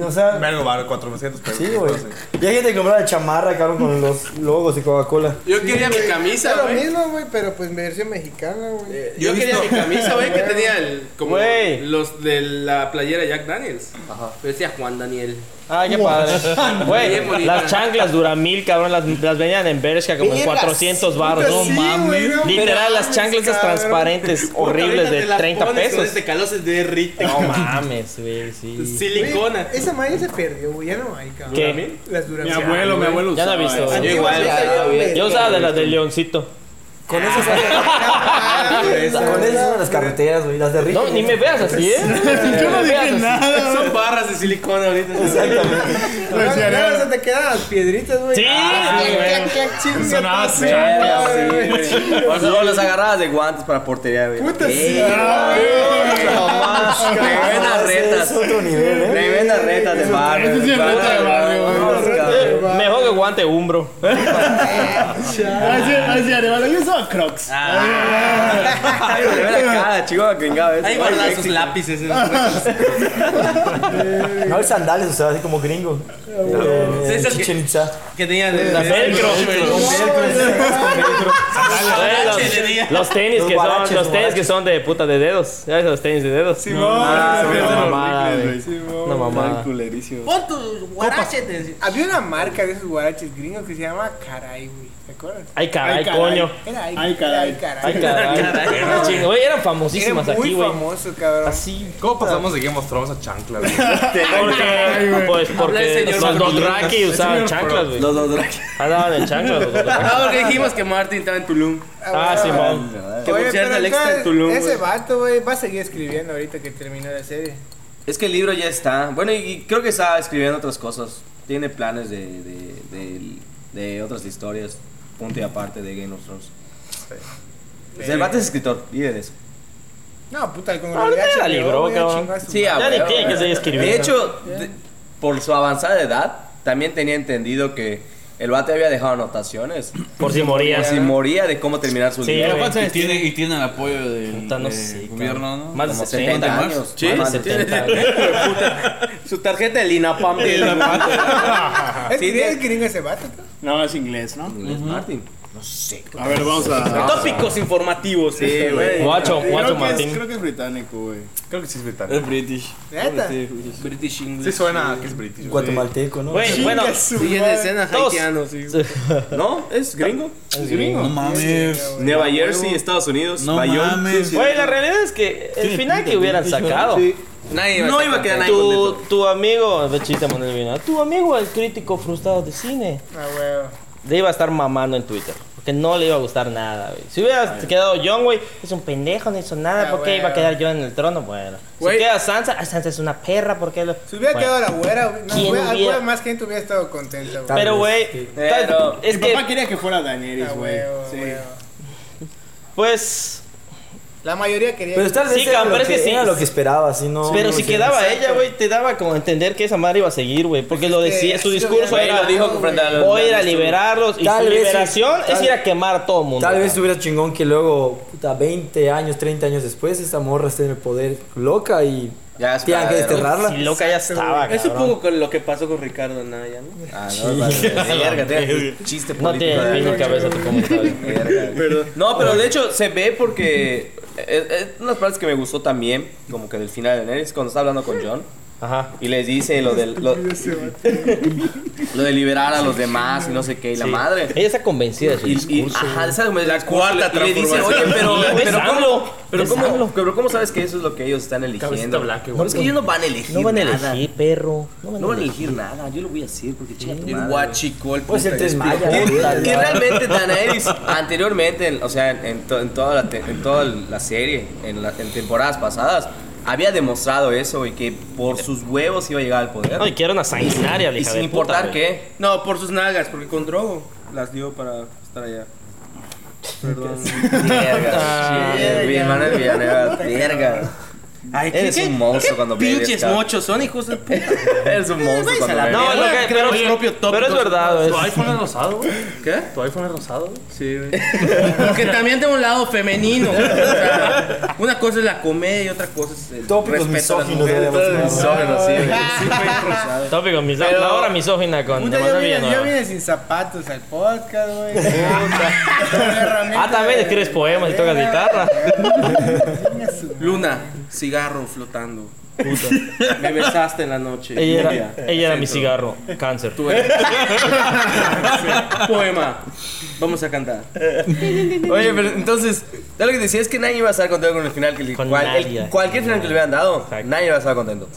S3: Ah,
S7: O sea,
S3: Vergo, vale, 400 pesos.
S7: sí, güey. Y hay gente que compraba chamarra, cabrón, con los logos de Coca-Cola.
S9: Yo quería mi
S6: Güey, Es
S9: camisa,
S6: lo
S9: güey.
S6: mismo, güey, pero pues versión mexicana, güey.
S9: Eh, Yo quería mi camisa, güey, que tenía el, como
S1: Güey.
S9: los de la playera Jack Daniels. Ajá. Pero decía Juan Daniel.
S1: Ah, qué padre.
S9: Bien
S1: Güey,
S9: bonita.
S1: las chanclas Duramil, cabrón, las, las venían en Bershka como en
S9: Vergas.
S1: 400 baros. No
S6: Sí, güey,
S1: mames.
S6: no
S1: Literal,
S6: mames,
S1: las chanclas esas
S6: cabrón.
S1: transparentes horribles
S9: Ahorita
S1: de
S9: te la
S1: 30
S9: pones Con
S1: pesos.
S9: este calor se derrite.
S1: No mames, güey, sí.
S9: Silicona.
S6: Güey, Esa madre se perdió, güey. Ya no hay, cabrón.
S1: ¿Qué?
S6: Las duras.
S5: Mi abuelo, mi abuelo
S1: Ya no he
S5: usaba
S1: visto.
S5: eso.
S9: Yo igual,
S1: Yo usaba de las del leoncito.
S7: Con esas, con esas eran las carreteras, güey. Las de Rico.
S1: No, ni me veas así, ¿eh? Yo no dije nada.
S9: Son barras de silicona ahorita.
S7: Exactamente.
S6: No, no, se te quedan las piedritas, güey. Ah,
S1: Sí, sí, güey.
S6: Sonaba
S2: Por eso o las agarradas de guantes para portería, güey.
S6: Puta, sí.
S2: Ey, no más. Tremendas
S7: Ah, Es
S2: retas.
S7: otro nivel, ¿eh?
S2: Tremendas retas de barrio.
S5: Ese sí es
S2: güey.
S5: reta de barrio, güey.
S2: Vamos, cabrón.
S1: Mejor que guante umbro.
S5: Así, así, Arevalo, yo usaba Crocs.
S2: Ay, güey, ve la cara, chico, gringado, ese.
S9: Ahí guardan sus lápices. ¿no?
S7: No, el sandales usaba así como gringo. Eh,
S9: Esas que-
S7: Chichen Itza.
S9: Que tenían
S1: La velcro. Güey, los-
S9: Guarache, le diga.
S1: Los tenis
S7: Los
S1: que
S7: guaraches,
S1: son, los tenis
S7: guaraches.
S1: que son de puta de dedos. ¿Sabes los tenis de dedos? Ah, güey, una mamada, güey. Una mamada.
S9: Pon tu guarache. te decía.
S6: Había una marca de esos guaraches gringos que se llama Caray, güey. ¿Te acuerdas?
S1: Ay, caray,
S5: Ay, caray.
S1: coño.
S6: Era ahí,
S5: Ay,
S6: era ahí,
S5: caray.
S1: Ay,
S6: Caray.
S1: caray. Era chingo. Güey, eran famosísimas
S6: Era
S1: aquí,
S6: muy
S1: güey.
S6: famoso, cabrón.
S1: Así.
S3: ¿Cómo pasamos de que mostramos a chanclas, güey?
S1: Porque, pues,
S9: Habla el
S1: porque
S9: señor
S1: los
S9: Martín.
S1: Dothraki usaban chanclas, güey.
S2: Los dos drag-
S1: Andaban en chanclas los Dothraki.
S9: Ah, porque dijimos que Martin estaba en Tulum.
S1: Ah,
S6: bueno.
S1: Simón.
S9: Que por
S6: Oye,
S9: cierto,
S6: pero
S9: Alex está en
S6: entonces,
S9: Tulum.
S6: Ese
S9: güey.
S6: vato, güey, va a seguir escribiendo ahorita que terminó la serie.
S2: Es que el libro ya está. Bueno, y- y creo que está escribiendo otras cosas. Tiene planes de, de, de- de otras historias. Punto y aparte de Game of Thrones. O sea, el vato es escritor, vive de eso.
S6: No, puta, el
S1: Ah,
S6: Congreso
S1: ya la libró, cabrón.
S2: Sí, a
S1: Ya ni
S2: huevo,
S1: tiene que
S2: güey.
S1: seguir escribiendo.
S2: De hecho, de- por su avanzada edad, también tenía entendido que el vato había dejado anotaciones.
S1: Por si morías.
S2: Así moría de cómo terminar su
S1: Sí,
S2: libro.
S1: güey.
S8: Y tiene, y tiene el apoyo del
S1: Puta, no
S8: del
S1: sé,
S8: gobierno,
S1: cabrón.
S8: ¿no?
S1: Más de
S2: Como
S1: 70
S2: 70
S1: años.
S2: años.
S1: Más de 70 años.
S2: Su tarjeta del INAPAM.
S6: Es
S2: Sí,
S6: que
S2: de-
S6: es gringo ese vato, cabrón.
S5: No, es inglés, ¿no?
S2: Martin.
S5: A ver, vamos a...
S9: Tópicos informativos.
S2: Sí, este, güey.
S1: Guacho, guacho
S5: Creo que, es,
S1: Martín.
S5: creo que es británico, güey.
S3: Creo que sí es británico.
S8: Es british.
S6: Neta.
S9: British
S3: Sí
S9: English.
S3: suena que es british. güey.
S7: Guatemalteco, ¿no?
S1: Güey, bueno.
S9: Y en escenas
S1: Todos-
S9: haitianos, sí.
S2: ¿No? ¿Es gringo?
S8: No mames.
S2: Nueva Jersey, Estados Unidos.
S8: No
S2: Bayonne.
S8: mames.
S1: Güey, la realidad es que el
S8: Sí,
S1: final
S8: puta,
S1: que hubieran
S8: pinche
S1: sacado.
S9: Nadie iba
S2: No iba a quedar nadie
S1: Tu,
S2: contento.
S1: tu amigo, el chiste Manuel Vino, tu amigo el crítico frustrado de cine,
S6: Ah, huevo.
S1: le iba a estar mamando en Twitter, ¿ok? que no le iba a gustar nada, güey. Si hubiera quedado John, güey, es un pendejo, no hizo nada,
S6: Ah,
S1: ¿por qué
S6: güey.
S1: iba a quedar yo en el trono? Bueno.
S2: Güey.
S1: Si queda Sansa, ah, Sansa es una perra, ¿por qué lo...?
S6: Si hubiera
S1: Bueno.
S6: quedado la güera, güey, no,
S1: ¿Quién
S6: güey,
S1: hubiera-
S6: alguna más gente hubiera estado contenta, güey.
S1: Pero, güey, tal-
S2: Pero-
S1: es
S5: Mi papá
S1: que,
S5: quería que fuera
S6: Ah,
S5: Daenerys, güey.
S6: huevo,
S5: Sí.
S6: huevo.
S1: pues...
S6: La mayoría quería.
S7: Pero tal vez
S1: Sí,
S7: era,
S1: cabrón,
S7: lo
S1: pero
S7: que,
S1: es que sí.
S7: era lo que esperaba, si no.
S1: Pero
S7: no
S1: si
S7: sé.
S1: quedaba ella, güey, te daba como a entender que esa madre iba a seguir, güey. Porque lo
S6: es que
S1: decía, su
S6: así lo
S1: discurso
S6: habían
S1: era,
S2: Lo dijo que frente a los-
S1: voy a ir a
S2: los-
S1: liberarlos. Y
S7: Tal
S1: su
S7: vez sí,
S1: liberación es
S7: tal-
S1: ir a quemar a todo mundo.
S7: Tal
S1: cabrón.
S7: vez estuviera chingón que luego, puta, 20 años, 30 años después, esta morra esté en el poder loca y
S2: Ya es
S7: tengan que
S2: verdadero.
S7: desterrarla.
S1: Si loca ya estaba,
S2: Es un
S1: cabrón.
S2: poco con lo que pasó con Ricardo Anaya, ¿no? Ah, no, verga, te- chiste
S1: No
S2: político.
S1: tiene
S2: de-
S1: pino cabeza tu comentario.
S2: Verga. No, pero de hecho se ve porque eh, eh, unas partes que me gustó también, como que del final de Daenerys, cuando está hablando con John
S1: Ajá.
S2: y les dice lo del lo, lo de liberar a los demás y no sé qué y la madre.
S1: Ella está convencida de su
S2: Y, y-
S1: discurso.
S2: ajá, esa como la
S3: cuarta
S2: y le dice, oye,
S3: transformación.
S2: pero,
S1: Es
S2: pero
S1: AMLO,
S2: cómo, pero
S1: es
S2: cómo,
S1: AMLO.
S2: pero cómo sabes que eso es lo que ellos están
S9: Cabecita
S2: eligiendo.
S9: blanca,
S2: No, es que ellos no van a elegir
S1: No van a
S2: nada.
S1: elegir, perro. No van
S2: No
S1: a
S2: van a
S1: elegir.
S2: elegir nada, yo lo voy a decir porque chinga tu
S1: El
S2: madre.
S3: Guachicol.
S7: Puede ser tres mayas.
S2: Y,
S7: puta,
S2: y
S7: ya.
S2: realmente Daenerys anteriormente, en- o sea, en, en to- en toda la te- en toda la serie, en, la- en temporadas pasadas, había demostrado eso y que por sus huevos iba a llegar al poder.
S1: Eh, No, y que era una sanguinaria, la
S2: y
S1: hija
S2: sin
S1: de puta,
S2: importar
S1: güey.
S2: qué.
S9: No, por sus nalgas, porque con drogo las dio para estar allá. Perdón.
S2: Verga, shit, mi Manuel Villanueva, verga.
S9: Ay,
S2: Eres un monstruo cuando me
S9: pinches
S2: ves,
S9: mochos son, hijos de puta.
S2: Eres un monstruo
S9: Váyanse
S2: cuando
S9: a la
S2: me
S1: No,
S2: ves.
S1: lo que- pero,
S9: Oye, propio top
S1: pero es
S9: dos.
S1: verdad, es-
S8: ¿Tu iPhone es rosado, güey?
S9: ¿Qué?
S8: ¿Tu iPhone es rosado? güey?
S9: Sí, güey. Porque también tengo un lado femenino. O sea, una cosa es la comedia y otra cosa es el
S7: Tópicos
S9: respeto a las
S7: misóginos,
S9: mujeres.
S7: digamos, ¿no?
S2: Misógino, sí, güey.
S1: Tópico, mis-
S6: Pero-
S1: la hora misógina con
S6: Puta, yo,
S1: Emanuel
S6: vine, yo
S1: Villanueva.
S6: vine sin zapatos al podcast, güey. Puta.
S1: Ah, también escribes poemas y tocas guitarra.
S9: Luna, cigarro flotando. Puta. Me besaste en la noche.
S1: Ella
S9: Lluvia.
S1: era, ella era mi
S9: Centro.
S1: cigarro, cáncer.
S9: Tú eres. Poema. Vamos a cantar.
S2: Oye, pero entonces, ya lo que decía es que nadie iba a estar contento con el final que le-
S1: Con
S2: cual-
S1: nadie.
S2: el- cualquier final que le hubieran dado,
S1: Exacto.
S2: nadie iba a estar contento.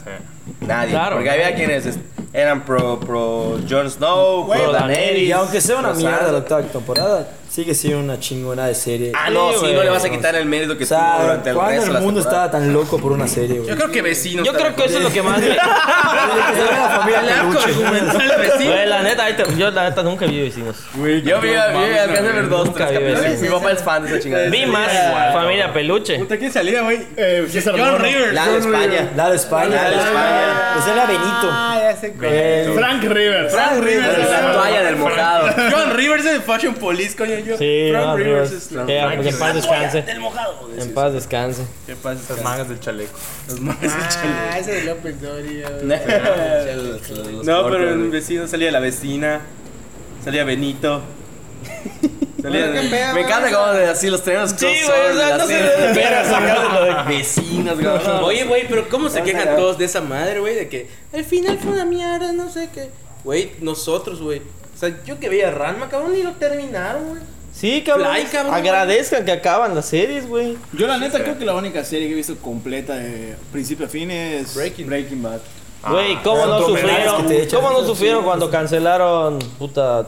S2: Nadie,
S1: Claro.
S2: porque había quienes es- eran pro pro Jon Snow,
S1: Güey,
S2: pro Daenerys.
S7: Y aunque sea una
S2: pro
S7: mierda la
S2: Sansa.
S7: octava temporada, sigue siendo una chingona de serie.
S2: Ah, no,
S1: Sí,
S2: sí,
S1: güey.
S2: no le vas a quitar el mérito que
S7: o
S2: tuvo
S7: sea,
S2: durante el
S7: ¿cuándo
S2: resto de
S7: el
S2: las
S7: mundo
S2: temporadas.
S7: estaba tan loco por una serie, güey?
S9: Yo creo que vecino.
S1: Yo creo que eso es lo que más me...
S7: Que se vea la familia
S9: El arco
S7: peluche.
S9: argumental de
S1: Güey,
S9: vecino.
S1: la neta, ahí te- yo la neta nunca vi vecinos.
S2: Yo vi, yo alcancé a ver dos,
S1: Nunca
S2: tres
S1: vi
S2: capítulos. Mi papá es fan de esa chingada.
S1: Vi más familia peluche.
S5: ¿Quién salía, güey? Eh, César
S9: John
S5: Moreno.
S9: Rivers.
S2: La de España.
S7: La de España.
S2: La de España.
S7: Es el
S6: Ah, ya sé cuál.
S7: Benito.
S5: Frank Rivers.
S2: Frank Rivers, la toalla del mojado.
S9: John Rivers es de Fashion Police, coño. Yo.
S1: Sí,
S9: Frank
S1: no,
S9: Rivers
S1: Dios.
S9: es la-
S1: Que, pues, en paz descanse.
S9: Del mojado.
S1: En paz descanse.
S9: ¿Qué pasa?
S3: Las mangas del chaleco.
S9: Los mames.
S6: Ah, ese de López Doria, güey.
S9: No, pero en vecino salía la vecina, salía Benito.
S2: Salía
S6: Bueno, qué pedo,
S2: de- Me encanta
S6: güey.
S2: como de así los trenes
S1: Sí, güey, o sea, no se debe ver sacando de
S2: Vecinos, güey.
S9: Oye, güey, pero ¿cómo se quejan
S2: Ándale.
S9: todos de esa madre, güey? De que al final fue una mierda, no sé qué. Güey, nosotros, güey. O sea, yo que veía a Ranma, cabrón, ni lo terminaron, güey.
S1: Sí, cabrón.
S9: Ay, cabrón.
S1: Agradezcan que acaban las series, güey.
S5: Yo la neta creo que la única serie que he visto completa de principio a fin es Breaking, Bad.
S9: Ah,
S1: Güey, ¿cómo no
S7: tanto homenaje
S1: sufrieron?
S7: que te echan.
S1: ¿Cómo no sufrieron cuando cancelaron, puta,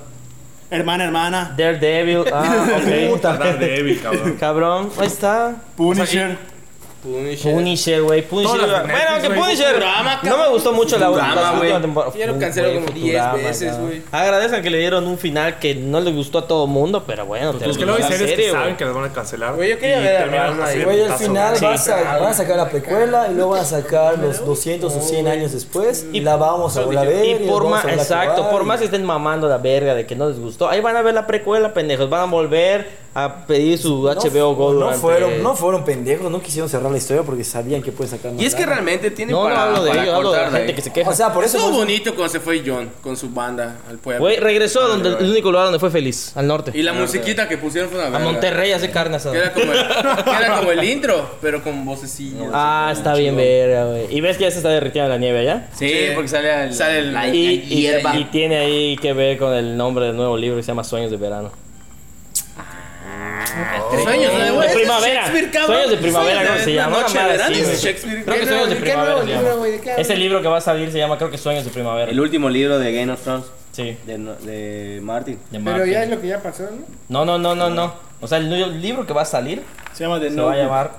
S5: Hermana, hermana,
S1: Daredevil? Ah, ok.
S3: Puta débil, cabrón.
S1: Cabrón, ahí está.
S5: Punisher.
S9: Punisher.
S1: Punisher, güey. Punisher.
S3: Todas las
S1: Bueno, que
S3: Netflix, güey.
S1: Punisher.
S9: Futurama,
S1: No me gustó mucho la
S2: Futurama,
S1: la última
S2: güey.
S1: temporada.
S9: Ya lo
S1: Fu-
S9: canceló
S1: güey,
S9: como 10
S1: Futurama,
S9: veces,
S1: cabrón.
S9: güey.
S1: Agradezcan que le dieron un final que no le gustó a todo mundo, pero bueno,
S3: Es que luego hay
S1: terminó la
S3: series
S1: serie,
S3: que saben
S1: güey.
S3: que las van a cancelar.
S9: Güey, yo quería
S3: y
S9: ver a
S3: terminan
S9: Rama,
S3: una serie
S7: Güey,
S3: de
S7: al
S3: putazo,
S7: final
S3: güey.
S7: van a, sa- van a sacar la precuela y luego van a sacar los 200 o 100 años después y la vamos a volver a ver.
S1: Y
S7: la
S1: por más,
S7: vamos a volver a
S1: exacto,
S7: jugar
S1: por
S7: y-
S1: más que estén mamando la verga de que no les gustó, ahí van a ver la precuela, pendejos, van a volver a pedir su
S7: No
S1: HBO
S7: fu-
S1: Go
S7: no
S1: durante-
S7: fueron, no fueron pendejos, no quisieron cerrar la historia porque sabían que pueden sacar más.
S2: Y es que
S7: lana.
S2: realmente tiene
S1: No, no
S2: para,
S1: hablo de
S2: para
S1: ellos, hablo de la
S2: cortar,
S1: gente
S2: güey.
S1: que se queja.
S7: O sea, por eso.
S9: Estuvo
S7: por-
S9: bonito cuando se fue John con su banda al pueblo.
S1: Güey, regresó a donde, el único lugar donde fue feliz, al norte.
S9: y
S3: Ah,
S9: la musiquita que pusieron fue una
S1: A
S9: verga.
S1: Monterrey hace carne asada.
S9: Que era, como el, que era como el intro, pero con vocecillas.
S1: Ah, está bien verga, güey. ¿Y ves que ya se está derritiendo la nieve allá?
S2: Sí, porque sale el.
S9: Sale el-
S2: la-
S1: Y, y-
S2: hierba.
S1: y tiene ahí que ver con el nombre del nuevo libro que se llama Sueños de Verano.
S2: Oh.
S9: Sueños, ¿no?
S1: De primavera.
S9: Shakespeare, cabrón.
S1: Sueños de primavera,
S9: Sueños
S1: creo
S9: de
S1: que se llama.
S9: noche
S1: una
S9: de
S1: madre
S9: verano,
S1: así,
S9: dice
S1: güey.
S9: Shakespeare.
S1: Creo que
S9: ¿Qué
S1: Sueños de
S9: nuevo-
S1: Primavera se
S6: libro,
S1: llama.
S6: güey? ¿De qué
S1: Ese
S6: hablas?
S1: libro que va a salir se llama, creo que Sueños de Primavera.
S2: El último libro de Game of Thrones.
S1: Sí.
S2: de, no- de Martin.
S1: de
S6: Pero
S1: Martin.
S6: ya es lo que ya pasó,
S1: No,
S6: ¿no?
S1: no, no, no, no. O sea, el nuevo libro que va a salir
S5: Se llama The
S1: se
S5: No.
S1: va a llamar.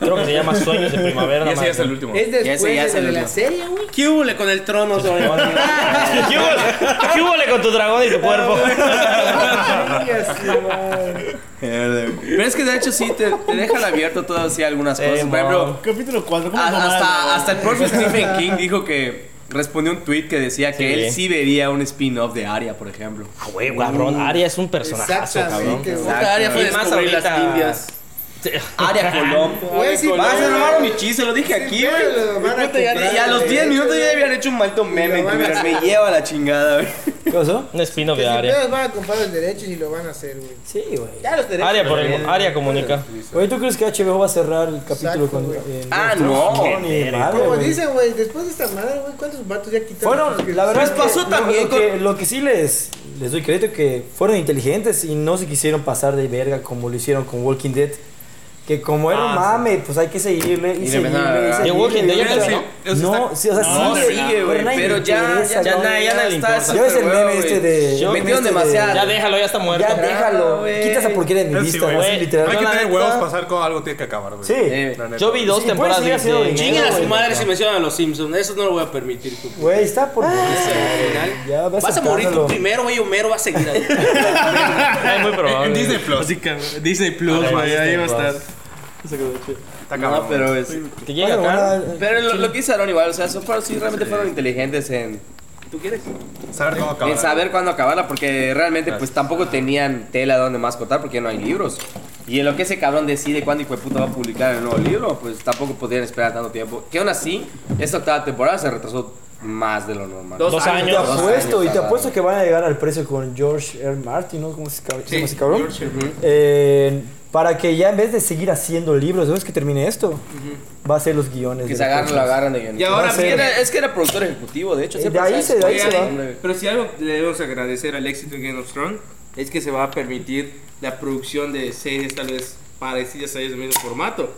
S1: Creo que se llama Sueños de Primavera.
S3: Y
S1: nada
S3: ese ya
S1: más.
S3: es el último.
S4: Es
S2: ya
S4: después
S2: es
S4: de,
S2: el
S4: de la
S2: último.
S4: serie, güey.
S2: ¿Qué hule con el trono sobre
S1: ¿Qué hubo- ¿Qué hubo con tu dragón y tu cuerpo?
S6: Ay, así, madre.
S2: Pero es que de hecho sí, te, te dejan abierto todavía algunas
S1: Eh,
S2: cosas. Por ejemplo,
S1: mon.
S5: Capítulo 4. ¿Cómo
S2: a-
S5: no mal, güey?
S2: hasta, hasta el propio Stephen King dijo que respondió un tweet que decía que
S1: Sí.
S2: él sí vería un spin-off de Aria, por ejemplo.
S1: Ah, güey, cabrón. Aria es un personaje, cabrón.
S6: Exactamente, güey.
S2: Puta, Aria fue
S1: Y más
S2: descubrir las
S1: ahorita-
S2: indias. Aria Colombo.
S6: Güey, sí,
S2: Vas a
S6: pero-
S2: armar un chiste, lo dije aquí,
S6: Sí,
S2: güey.
S6: pero lo van a
S2: Puta, ya-
S6: comprar,
S2: Y a los
S6: güey.
S2: 10 minutos ya habían hecho un maldito meme. en
S6: van a
S2: Twitter.
S6: hacer.
S2: Me lleva la chingada, güey.
S7: ¿Qué pasó?
S1: Un spin-off
S6: Que
S1: de
S6: si
S1: Aria.
S6: ustedes van a comprar los derechos y lo van a hacer, güey.
S7: Sí, güey.
S6: Ya los derechos.
S1: Aria, por el- Aria comunica.
S7: Oye, ¿tú crees que HBO va a cerrar el capítulo
S6: Exacto,
S7: con...
S6: güey.
S7: eh,
S2: Ah,
S7: Game of
S2: no.
S7: Thrones? Ni de madre,
S6: Como
S7: güey.
S6: dicen, güey, después de esta madre, güey, ¿cuántos vatos ya quitaron?
S7: Bueno,
S6: sus
S7: la verdad
S6: suscripciones?
S2: pasó
S7: es que lo-
S2: también
S7: lo, que, lo que sí les, les doy crédito que fueron inteligentes y no se quisieron pasar de verga como lo hicieron con Walking Dead. Que como era un mame, pues hay que seguirle y,
S2: le
S7: seguirle.
S2: empezaron a
S7: y
S2: agarrar.
S7: seguirle,
S1: The Walking Dead
S7: y
S1: ya
S7: otra,
S1: terminó.
S7: No, no, sí, o sea,
S2: No,
S7: sí,
S2: sigue, güey.
S7: nadie
S2: Pero
S7: le
S2: ya,
S7: interesa,
S2: ya,
S7: ¿no?
S2: nadie- ya
S1: Ya
S2: nadie
S1: le
S2: está.
S1: importa.
S7: Ya ves el
S2: superhuevo,
S7: meme este
S2: güey.
S7: de.
S1: Yo-
S7: este
S2: Metieron
S7: de-
S2: demasiado.
S1: Ya déjalo, ya está muerto.
S7: Ya déjalo.
S2: güey.
S7: Quita esa porquería de mi
S3: Sí,
S7: vista,
S3: güey.
S7: así
S1: Hay
S7: literal.
S3: Hay que
S1: la
S3: tener
S1: neta-
S3: huevos pasar con algo, tiene que acabar, güey.
S7: Sí.
S1: Eh,
S3: La neta.
S1: Yo vi dos
S7: Sí,
S1: temporadas
S7: puede seguir
S1: de-
S7: haciendo
S1: de-
S7: dinero.
S9: Chinguen a su
S7: güey.
S9: madre si mencionan a los Simpsons. Eso no lo voy a permitir. tú.
S7: Güey, está por. Ya vas,
S9: Vas a morir tú
S7: sacándolo.
S9: primero, güey. Homero va a seguir ahí.
S1: Es muy probable.
S3: En Disney Plus.
S9: Así que Disney Plus, güey. Ahí va a estar.
S3: Está cabrón.
S2: No, pero es.
S1: Que llega
S7: Bueno,
S1: acá.
S7: bueno,
S2: Pero lo, lo que hicieron igual, o sea, so far sí realmente fueron inteligentes en,
S9: ¿Tú quieres?
S3: Saber cómo acabar.
S2: en saber cuándo acabarla, porque realmente pues tampoco tenían tela donde más cortar porque no hay libros. Y en lo que ese cabrón decide cuándo y puta va a publicar el nuevo libro, pues tampoco podían esperar tanto tiempo. Que aún así, esta octava temporada se retrasó más de lo normal.
S1: Dos Dos años.
S7: Te
S1: años.
S2: Dos
S7: apuesto, y
S2: años
S7: te apuesto
S2: tardaron.
S7: que van a llegar al precio con George R. Martin, ¿no? ¿Cómo se cab- se llama ese cabrón?
S3: George R.
S7: Eh, para que ya en vez de seguir haciendo libros, después que termine esto, va a ser los guiones.
S2: Que
S7: de
S2: se
S7: las
S2: agarran, lo
S7: cosas.
S2: agarran de guionista.
S9: Y ahora
S2: es, que
S7: viene-
S2: era, es que era productor ejecutivo, de hecho.
S7: Eh,
S2: siempre
S7: de ahí
S2: fue
S7: se- de ahí
S2: así.
S7: se va.
S2: Hombre.
S9: Pero si algo le debemos agradecer al éxito de Game of Thrones es que se va a permitir la producción de series tal vez parecidas a ellos del mismo formato.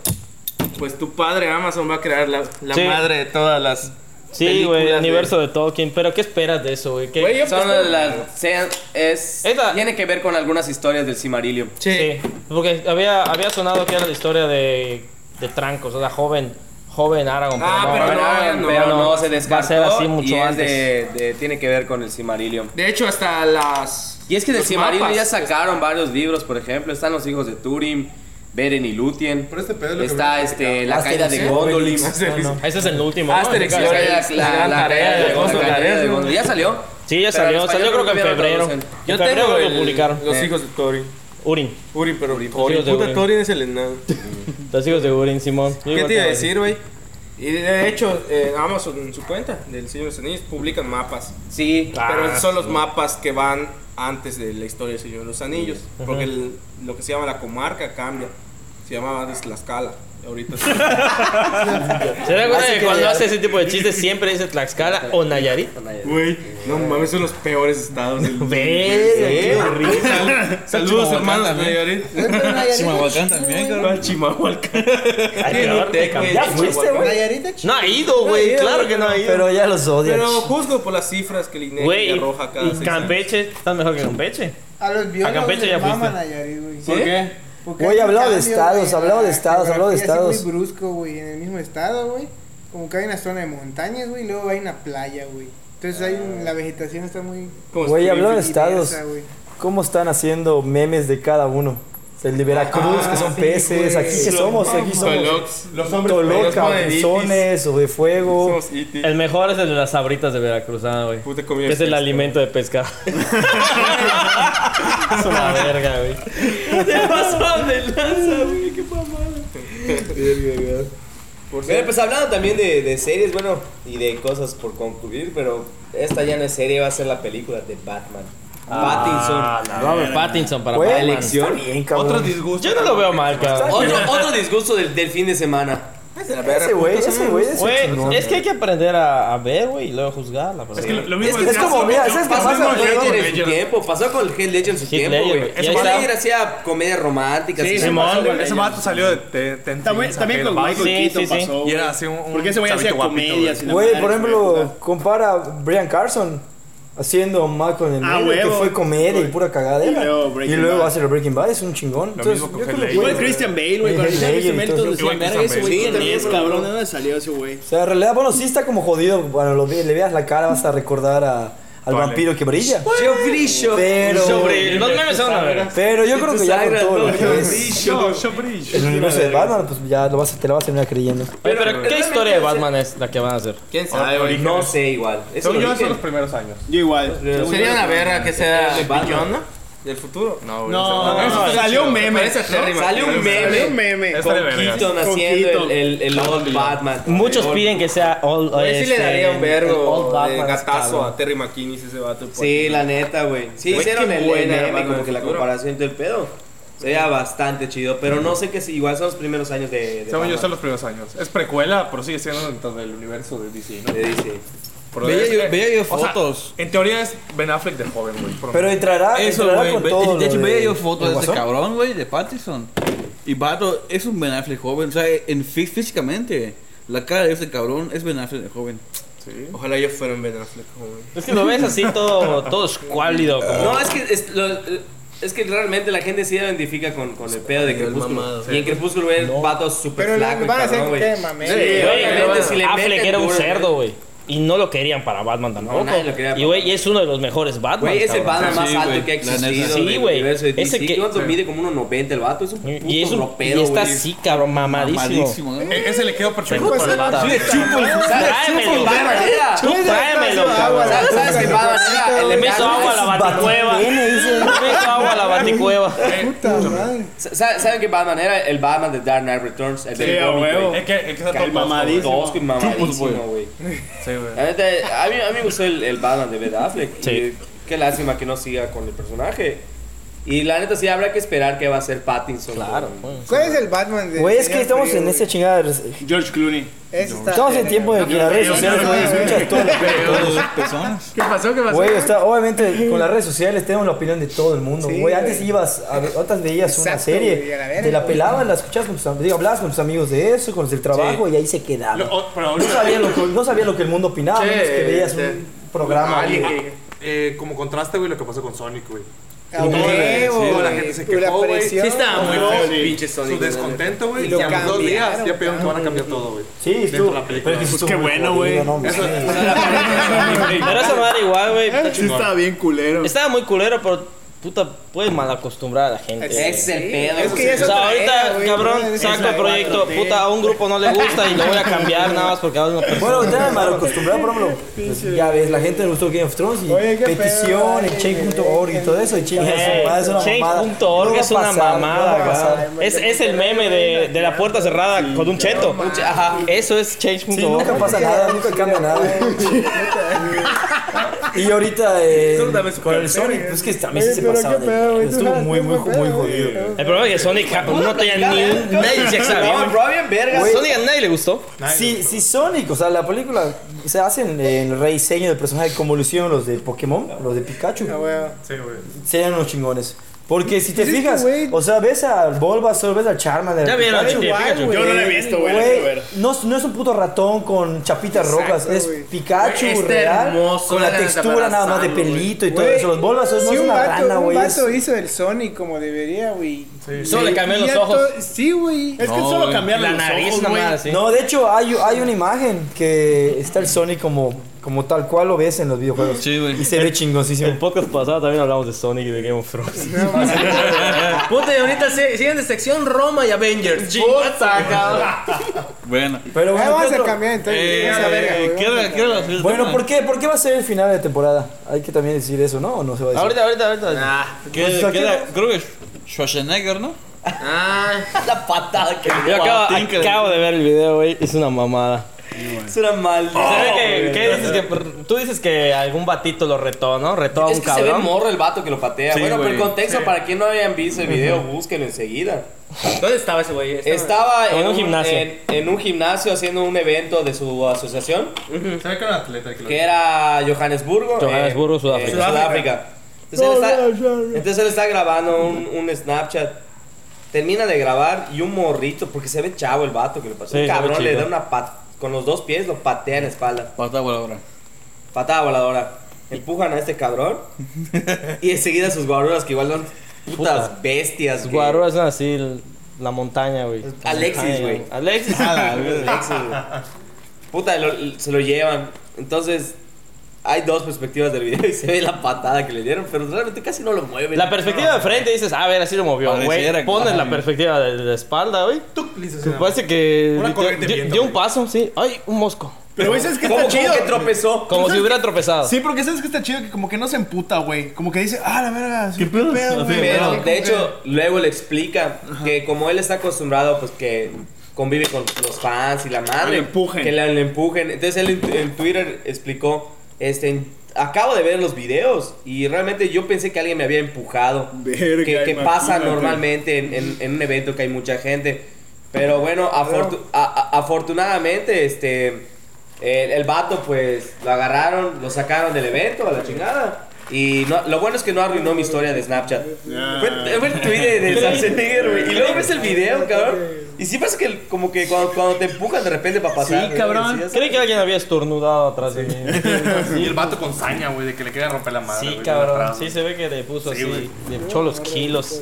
S9: Pues tu padre Amazon va a crear la, la
S1: Sí.
S9: madre de todas las
S1: Sí,
S9: películas
S1: güey, el
S9: de-
S1: universo de Tolkien. Pero ¿qué esperas de eso, güey? ¿Qué-
S9: Güey, yo-
S2: Son las- sean- es,
S1: Esta-
S2: tiene que ver con algunas historias del Cimarillion.
S1: Sí, porque había, había sonado que era la historia de, de Trancos, o sea, joven, joven Aragorn.
S9: Ah,
S1: no,
S9: pero
S1: a ver,
S9: no,
S2: Pero no,
S9: pero
S1: no,
S2: se
S1: Va a
S2: descartó
S1: ser así
S2: y
S1: mucho
S2: es
S1: antes.
S2: de- de- tiene que ver con el Cimarillion.
S9: De hecho, hasta las.
S2: Y es que del
S9: los
S2: Cimarillion
S9: mapas.
S2: ya sacaron varios libros, por ejemplo, están los hijos de Turin, Beren y Lutien.
S3: Pero este pedo es lo que
S2: está
S3: me-
S2: este la
S7: Asterix,
S2: caída de
S7: ¿eh?
S2: Gondolin.
S7: Obelix. No, no.
S1: Ese es el último. ¿no?
S9: Asterix,
S2: La
S1: Sí,
S9: ahora
S2: caída-
S9: la gran
S2: la
S9: tarea
S2: caída
S9: de
S2: de
S9: Gondolin.
S2: Gondolin. Ya salió.
S1: Sí, ya
S2: Pero en
S1: salió, salió
S2: español
S1: creo que en
S2: todavía no
S1: febrero.
S2: traducen.
S1: Yo
S9: Yo tengo
S1: creo que
S9: el-
S1: lo publicaron.
S9: Los
S2: Eh.
S9: hijos de Thorin.
S1: Urin,
S9: Uri, pero
S1: Hijos
S9: Thorin.
S1: de
S9: Puta
S1: Thorin.
S9: Thorin es el enano.
S1: los hijos de Urin, Simón. Yo
S9: ¿Qué
S1: igual
S9: te iba a
S1: creo.
S9: decir, güey? Y de hecho, eh, Amazon en su cuenta del Señor de los Anillos publican mapas.
S2: Sí.
S9: pero son los mapas que van antes de la historia del Señor de los Anillos. Porque el- lo que se llama la comarca cambia. Se llamaba antes Tlaxcala. y Ahorita es-
S1: ¿Se da cuenta
S7: Así
S1: que
S7: que
S1: cuando
S7: ya-
S1: hace ese tipo de chistes siempre dice Tlaxcala o Nayarit?
S9: Güey, no mames, son los peores estados del
S1: Ve,
S9: Saludos, hermanos. Nayarit.
S5: Chimahuacán también, cabrón.
S9: Chimahualca.
S1: Ay, peor, te
S7: Ya
S1: cambiaste.
S7: fuiste, güey.
S6: Nayarita, ch-
S1: No ha ido, güey, claro que no ha ido.
S7: Pero ya los odias.
S9: Pero pues, juzgo por las cifras que el INEGI
S1: Güey,
S9: arroja cada
S1: y
S9: seis
S1: Campeche, estás mejor que Campeche.
S6: A los biólogos
S1: Campeche
S6: les
S1: ya
S6: mama
S1: fuiste.
S6: Nayarit, güey.
S9: años. ¿Por qué?
S6: Porque
S7: Güey,
S6: hay un
S7: hablado de
S6: cambio,
S7: estados,
S6: güey, en
S7: hablado de
S6: la
S7: estados, hablado de
S6: geografía, así
S7: estados.
S6: muy brusco, güey, en el mismo estado, güey. Como que hay una zona de montañas, güey, y luego hay una playa, güey. Entonces hay un- la vegetación está muy
S9: Como
S7: Güey,
S9: si-
S7: hablando de estados,
S6: diversa, güey.
S7: ¿cómo están haciendo memes de cada uno? El de Veracruz, que son
S6: sí,
S7: peces,
S6: güey.
S7: aquí que somos, aquí somos.
S9: Colox.
S3: Los hombres
S9: los
S7: Toloca, o
S9: Juanelitis.
S7: pezones, o de fuego.
S9: Somos IT.
S1: El mejor es el de las sabritas de Veracruz, ah, güey.
S9: Puta comida
S1: Que es el
S9: extra.
S1: alimento de pescado. es una verga, güey.
S2: Mira, pues hablando también de, de series, bueno, y de cosas por concluir, pero esta ya no es serie, va a ser la película de Batman. Pattinson.
S1: Robert Pattinson para
S7: Güey,
S1: Batman.
S7: está bien, cabrón.
S3: Otro disgusto.
S1: Yo no lo veo mal, cabrón.
S2: Otro, otro disgusto del, del fin de semana.
S7: Ese güey, ese güey es un chingón,
S1: Güey, es que
S7: güey.
S1: hay que aprender a, a ver, güey, y luego juzgar, la verdad.
S3: Es que lo, lo mismo
S2: Es que
S7: Es
S3: decía-
S7: como, mira, ¿sabes qué
S2: Pasó
S7: pasa?
S2: con Heath Ledger en su
S3: Ledger.
S2: tiempo, pasó con Heath Ledger en su
S1: Heath
S2: tiempo,
S1: Ledger,
S2: güey.
S1: güey. Ya
S2: Heath
S1: está.
S2: Ledger hacía comedias románticas.
S5: Sí,
S2: y-
S5: sí,
S1: Simón,
S5: güey.
S3: Ese vato salió de te, te-
S5: También, también con
S3: Michael
S5: Michael
S1: Sí,
S5: Keaton
S1: sí, sí.
S5: pasó.
S3: Y
S5: güey.
S3: era así un- un
S5: Porque ese güey
S3: chavito
S5: hacía
S3: guapito,
S5: comedias.
S3: güey.
S5: y la
S7: Güey,
S5: madre,
S7: por
S5: güey, puta.
S7: ejemplo, compara Brian Carson haciendo mal con el
S5: Ah,
S7: medio, que
S5: huevo.
S7: fue comedia y pura cagadera.
S5: Y luego
S7: Y
S5: Breaking
S7: luego
S5: Bad.
S7: hace el Breaking Bad, es un chingón. Entonces,
S3: mismo con
S7: yo creo
S3: Hellblade.
S7: que puede-
S5: Igual Christian Bale, güey.
S7: Eh,
S5: Cuando hacía
S7: Hellblade,
S5: Christian Bale, todos
S7: entonces-
S5: decían,
S3: Igual
S5: verga, ese güey,
S3: Christian
S5: ¿quién
S3: Bale,
S5: es,
S3: bro?
S5: cabrón? ¿De dónde salió ese güey?
S7: O sea, en realidad, bueno, sí está como jodido. Cuando lo ve- le veas la cara, vas a recordar a- al
S3: Vale.
S7: vampiro que brilla.
S1: Yo brillo.
S7: Pero-
S1: Sobre los memes son a ver.
S7: Pero yo creo que ya con todo lo que es
S3: Yo, yo brillo.
S7: el universo de Batman, pues ya lo vas a, te la vas a terminar creyendo.
S1: Pero, ¿qué historia de Batman es la que van a hacer?
S2: ¿Quién
S3: Ahora,
S2: sabe, güey?
S3: orígenes.
S2: No sé, igual. Es
S3: Según yo,
S2: origen.
S3: son los primeros años.
S5: Yo igual.
S8: Sería una verga que sea
S2: Batman.
S8: Billón, ¿no?
S2: ¿Del futuro?
S8: No, güey.
S5: No,
S2: no, no,
S5: salió un meme.
S8: Parece terrible.
S2: Sale un
S5: Salió un
S2: meme
S5: meme.
S3: Esta de
S2: con
S3: verga.
S2: Keaton haciendo el, el, el Old Batman.
S1: Muchos
S2: El old-
S1: piden que sea All.
S2: Güey, sí le
S1: este,
S2: daría
S1: el
S2: un
S1: All
S2: vergo de
S1: Batman,
S2: gatazo
S1: cabrón.
S2: a Terry McInnes ese vato. por- Sí, la neta, güey. Sí, Güey, hicieron qué el buena el Batman meme, como del que la futuro. comparación del pedo. Sería bastante chido, pero no sé que si igual son los primeros años de. de
S3: Según yo,
S2: Batman.
S3: son los primeros años. Es precuela, pero sigue siendo dentro del universo de DC, ¿no?
S2: Le dice.
S3: Pero
S8: Veía
S3: es
S8: yo-
S3: que-
S8: veía yo
S3: este- o sea,
S8: fotos.
S3: en teoría es Ben Affleck de joven, güey. por-
S7: Pero entrará,
S8: Eso,
S7: entrará
S8: güey.
S7: con
S8: ve-
S7: todo.
S8: De hecho,
S7: lo
S8: veía
S7: de-
S8: yo fotos
S7: ¿el
S8: de ese
S7: Guasón?
S8: cabrón, güey, de Pattinson. Y vato, es un Ben Affleck joven. O sea, en, fí- físicamente, la cara de ese cabrón es Ben Affleck de joven.
S3: Sí.
S8: Ojalá yo fuera un Ben Affleck joven.
S1: Es que lo ves así todo, todo escuálido. como-
S2: No, es que, es, lo- es que realmente la gente sí identifica con, con el pedo de
S8: El
S2: Crepúsculo.
S8: mamado.
S2: Y en Crepúsculo ven vatos súper
S6: Pero
S2: flacos.
S6: le
S2: y
S6: van a hacer
S2: cabrón,
S6: que
S2: güey.
S6: quede mame.
S2: Sí,
S1: Güey,
S2: obviamente, si le
S1: Affleck
S2: meten
S1: era un
S2: duro,
S1: cerdo, güey. Y no lo querían para Batman tampoco.
S2: nadie lo quería
S1: y
S2: para
S1: güey, y es uno de los mejores Batman.
S2: Güey, es el
S1: cabrón.
S2: Batman más
S8: Sí,
S2: alto
S8: güey,
S2: que ha
S8: la neta.
S2: existido.
S1: Sí,
S2: del
S1: güey.
S2: universo de
S1: Ese
S2: DC.
S1: que-
S2: ¿Cuánto mide como 1.90 el vato? Es un puto
S1: Y, es un-
S2: ropero,
S1: y está
S2: güey.
S1: así, cabrón, mamadísimo.
S8: Malísimo, ¿no?
S3: E- ese le quedó perfecto.
S1: Hijo de
S3: para-
S1: puta.
S2: Batman
S1: Tráemelo,
S2: era-
S1: Tú tráemelo, cabrón.
S2: ¿Sabes sabes que Batman era el
S1: Le meto
S5: Ah,
S2: enano?
S1: agua a la baticueva. Le meto agua a la baticueva.
S6: Puta madre.
S2: Sa- sa- ¿Saben que Batman era el Batman de Dark Knight Returns? El del
S5: Sí, a
S2: cómic,
S5: huevo.
S2: güey.
S3: Es que, es que está todo
S5: Calmamadísimo.
S2: Tosco y mamadísimo, güey.
S3: Sí, güey.
S2: La neta, a mí, a mí me gustó el, el Batman de Ben Affleck.
S1: Sí.
S2: Y qué lástima que no siga con el personaje. Y la neta, sí, habrá que esperar qué va a hacer Pattinson. Claro.
S6: ¿Cuál es el Batman de.?
S7: Güey, es
S6: de
S7: que estamos
S6: frío,
S7: en
S6: güey?
S7: ese chingada.
S5: George Clooney.
S6: Ese está-
S7: Estamos en tiempo de que las redes sociales, güey, escuchas todo.
S8: Dos personas.
S3: ¿Qué pasó? ¿Qué pasó?
S7: Güey, está, obviamente con las redes sociales tenemos la opinión de todo el mundo.
S6: Sí,
S7: Güey, antes
S6: güey.
S7: ibas, a ver, antes veías
S6: Exacto, güey,
S7: una
S6: a la
S7: serie,
S6: verga,
S7: te la
S6: güey.
S7: pelaban, la escuchabas con tus amigos, hablabas con tus amigos de eso, con los del trabajo y ahí se quedaba.
S3: Lo-
S7: No
S3: o- pero ahorita-
S7: sabía lo que, no sabía lo que el mundo opinaba,
S3: Sí,
S7: menos que veías
S3: sí.
S7: un programa.
S3: Alguien-
S7: güey.
S3: eh, como contraste, güey, lo que pasó con Sonic, güey.
S6: A huevo,
S3: Sí,
S6: güey.
S3: la gente se
S6: Pura
S3: quejó, güey.
S6: presión.
S3: Sí estaba muy feo el
S2: pinche
S3: Su descontento, güey.
S6: Y
S3: Y
S6: lo
S3: a los dos días
S6: cambiaron,
S3: ya pidieron que van a cambiar todo, güey.
S7: Sí, estuvo.
S3: de la película.
S7: pero es que sí
S5: Pues
S7: estuvo
S5: qué
S7: muy
S5: bueno,
S7: jodido,
S5: güey.
S7: no, mames.
S1: Pero esa madre igual, güey. está
S5: Sí, estaba bien culero.
S1: chingón. Estaba muy culero, pero puta, puede mal acostumbrar a la gente.
S6: Ese
S1: güey.
S2: es el pedo.
S6: Es que ya
S1: O
S6: es
S1: sea,
S6: otra
S1: ahorita,
S6: era, güey, no
S1: cabrón,
S6: es
S1: saco
S6: esa
S1: el proyecto,
S6: 4T.
S1: puta, a un grupo no le gusta y lo voy a cambiar nada más porque ahora es una persona.
S7: Bueno, ya mal acostumbrado, por ejemplo. Ya ves, la gente le gustó Game of Thrones y
S6: Oye, qué pedo, eh,
S7: petición,
S6: ay,
S7: en change.org y todo eso. Y chinga,
S1: Eh,
S7: su madre, es una mamada.
S1: Change.org
S7: No va
S1: es
S7: a
S1: una
S7: pasar,
S1: mamada,
S7: no va a pasar.
S1: cabrón. Es, es el meme de, de la puerta cerrada con un cheto. Ajá, eso es
S7: Sí, nunca
S1: Change.org.
S7: pasa nada, nunca cambia nada. y ahorita eh, con el Sonic, pues que también sí se
S6: Pero
S7: pasaba.
S6: qué pedo, güey, tú
S7: Estuvo
S6: sabes,
S7: muy,
S6: tú
S7: muy,
S6: sabes,
S7: muy
S6: güey.
S7: jodido. güey.
S1: El problema es que Sonic ja, no tenía ni un. Nadie se sabía.
S2: eh, No, Robin Vergas.
S1: güey. Sonic a nadie le gustó.
S7: Sí, sí, Sonic, o sea, la película se hacen el rediseño del personaje como lo hicieron los de Pokémon, los de Pikachu.
S6: A huevo.
S3: Sí, güey.
S7: Serían unos chingones. Porque si te
S6: Pues es que,
S7: fijas,
S6: güey.
S7: o sea, ves al Bulbasaur, ves al Charmander.
S1: Ya
S7: al
S1: vieron,
S7: Pikachu,
S1: Chiqui,
S7: güey.
S1: Pikachu.
S5: Yo no lo he visto, güey. la quiero
S7: Güey,
S5: ver.
S7: no, es- no es un puto ratón con chapitas rojas, es
S6: güey.
S7: Pikachu
S8: Güey, está
S7: real,
S8: hermoso,
S7: con la
S8: ganas de
S7: textura nada más de
S8: abrazarlo,
S7: pelito y todo
S6: Güey,
S7: eso. Los Bulbasaur no
S6: si
S7: es
S6: un
S7: una
S6: vato-
S7: rana, güey.
S6: Un
S7: es-
S6: vato hizo el Sonic como debería, güey.
S1: Solo le cambié los
S6: Ya
S1: ojos.
S6: to- Sí, güey.
S5: Es que solo cambiar
S1: La nariz, nada más, sí.
S7: No, de hecho, hay, hay una imagen que está el Sonic como, como tal cual lo ves en los videojuegos.
S8: Sí, güey.
S7: Y se ve
S1: El
S7: chingosísimo.
S1: podcast pasado también hablamos de Sonic y de Game of Thrones.
S8: Puta, y ahorita se- siguen de sección Roma y Avengers. Puta, cabrón. Bueno.
S6: Ah,
S7: Pero bueno,
S6: vamos a
S7: ¿qué otro-
S6: cambiar entonces.
S8: Eh,
S6: esa verga, güey,
S8: ¿qué
S6: vamos a
S8: hora- qué hora-
S7: bueno ¿por, qué, ¿por qué va a ser el final de temporada? Hay que también decir eso, ¿no? ¿O no se va a decir?
S1: Ahorita, ahorita, ahorita.
S8: Ah,
S7: Pues,
S8: queda,
S7: ¿a qué
S8: queda-
S7: no?
S8: creo que Schwarzenegger, ¿no?
S2: Ah, la patada que
S1: Yo
S2: le
S1: acabo,
S8: Tinker.
S1: acabo de ver el video, güey. Es una mamada.
S2: Es una
S8: Oh,
S2: maldita.
S1: ¿Sabes qué, qué dices que por- tú dices que algún batito lo retó, ¿no? Retó a un
S2: Es que se ve
S1: cabrón.
S2: morro el vato que lo patea.
S8: Sí,
S2: bueno, pero el
S8: güey.
S2: contexto, para quien no hayan visto el video, búsquenlo enseguida.
S8: ¿Dónde estaba ese güey?
S2: Estaba
S1: En
S2: en
S1: un
S2: un,
S1: gimnasio.
S2: En, en un gimnasio haciendo un evento de su asociación,
S3: Se ve que era un atleta que lo
S2: que era Johannesburgo. eh,
S1: Johannesburgo, Sudáfrica.
S2: Sudáfrica. Entonces, él está, entonces él está grabando un, un Snapchat. Termina de grabar y un morrito, porque se ve chavo el vato que le pasó.
S1: Sí, se
S2: un
S1: ve
S2: cabrón le
S1: chido.
S2: da una pat con los dos pies, lo patea en la espalda.
S8: Pata voladora.
S2: Patada voladora. empujan a este cabrón. y enseguida sus guaruras, que igual son putas
S1: Puta.
S2: bestias,
S1: Las
S2: güey.
S1: guaruras son así, el- la montaña, güey.
S2: Alexis,
S1: Montaña,
S2: güey. Ah,
S1: Alexis.
S2: Alexis, güey. Puta, lo- se lo llevan. Entonces, hay dos perspectivas del video y se ve la patada que le dieron, pero realmente casi no lo mueven.
S1: La perspectiva de frente dices, "Ah, a ver, así lo movió,
S8: Pareciera
S1: güey.
S8: que-
S1: Pones la
S8: Ay.
S1: perspectiva de, de la espalda, güey.
S3: Tuc, listo,
S1: Que
S3: se
S1: parece que
S3: Una
S1: dio-
S3: corriente
S1: dio,
S3: viento,
S1: dio un
S3: güey.
S1: paso, sí. Ay, un mosco.
S5: Pero güey, ¿sabes qué
S2: ¿Cómo,
S5: está
S2: cómo
S5: chido?
S2: que tropezó?
S1: Como si hubiera tropezado.
S5: Sí, porque sabes que está chido que como que no se emputa, güey. Como que dice, ah, la verga, sí, ¿qué pedo? güey?
S2: Pero,
S5: Así como
S2: de
S5: que-
S2: hecho, luego le explica que como él está acostumbrado, pues que convive con los fans y la madre.
S5: le empujen.
S2: Que le, le empujen. Entonces él en, en Twitter explicó, este, en- acabo de ver los videos y realmente yo pensé que alguien me había empujado.
S5: Verga,
S2: que, que pasa
S5: imagínate.
S2: normalmente en, en- en un evento que hay mucha gente. Pero bueno, afortu- a- a- afortunadamente, este, el, el vato pues lo agarraron, lo sacaron del evento a la chingada. Y no- lo bueno es que no arruinó mi historia de Snapchat. Fue, fue el tweet de, de Schwarzenegger, güey. Y luego ves el video, cabrón. Y sí pasa que como que cuando, cuando te empujan de repente para pasar. Sí, cabrón.
S1: Creí que alguien había estornudado atrás de mí.
S3: Y el vato con saña, güey, de que le quería romper la madre.
S1: Sí,
S3: güey,
S1: cabrón.
S3: atrás,
S1: Sí
S3: güey.
S1: se ve que le puso
S3: Sí,
S1: así.
S3: güey.
S1: Le echó los kilos.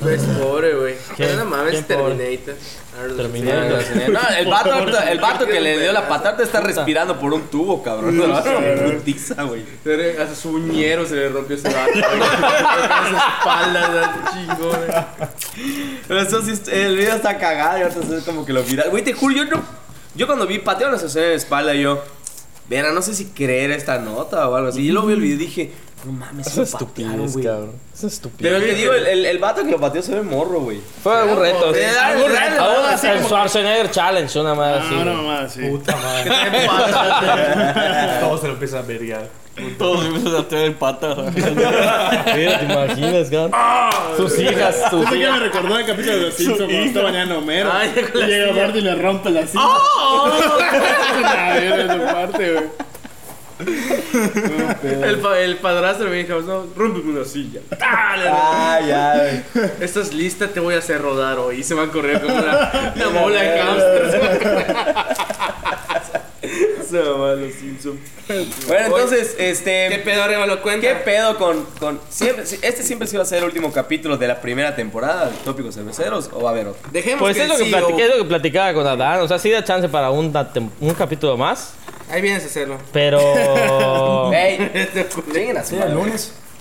S4: Pues pobre, güey.
S1: ¿Qué?
S4: No mames,
S1: ¿Quién pobre?
S4: Terminator. Arnold
S1: Terminator.
S2: No, el vato, ahorita- el vato que le dio la patata está respirando por un tubo, cabrón. No, putiza, güey.
S4: Schwarzenegger. A su uñero se le rompió ese vato. güey. Con sus espaldas, chingón. güey.
S2: Pero eso sí, está- el video está cagado y ahorita es como que lo viral. Güey, te juro, yo no. Yo cuando vi pateo a la sociedad en la espalda, yo. Verá, no sé si creer esta nota o algo así. Yo lo vi el video y dije, no mames,
S1: Es
S2: se patearon,
S1: estupidez,
S2: güey.
S1: cabrón. Es
S2: Pero
S1: estupidez.
S2: te digo, el, el, el vato que lo pateó se ve morro, güey. Eh,
S1: Fue algún reto. sí.
S2: Te da algún reto,
S1: Aún
S2: ¿no? Así
S1: hasta el Schwarzenegger Challenge, una madre así.
S5: Ah,
S1: güey.
S5: no, más, sí.
S3: Todo se lo empieza a vergar.
S8: Todos empiezan a traer el pata.
S1: Mira, ¿Te imaginas, cabrón? Sus hijas, sus
S5: Eso ya me
S1: hijas.
S5: recordó el capítulo de los Simpsons cuando está bañando Homero.
S4: Ay,
S5: Y
S4: con la
S5: llega Barney y le rompe la silla. La verga, esa parte, güey.
S4: El, pa- el padrastro me dijo, no, rómpeme una silla.
S2: Ah, ya, güey.
S4: Estás lista, te voy a hacer rodar hoy. Y se van corriendo como una, una bola de hamsters.
S2: Se mamá los Simpsons. Bueno, entonces, este.
S4: ¿Qué pedo, Reba, lo cuenta?
S2: ¿Qué pedo con, con siempre, si- este siempre sí va a ser el último capítulo de la primera temporada de Tópicos Cerveceros o va a haber otro?
S4: Dejemos
S1: Pues
S4: que
S1: es lo que,
S4: sí,
S1: platiqué,
S4: o-
S1: es lo que platicaba con Adán. O sea, sí da chance para un, tem- un capítulo más.
S4: Ahí vienes a hacerlo.
S1: Pero.
S2: Ey,
S4: Este
S2: lleguen a su madre.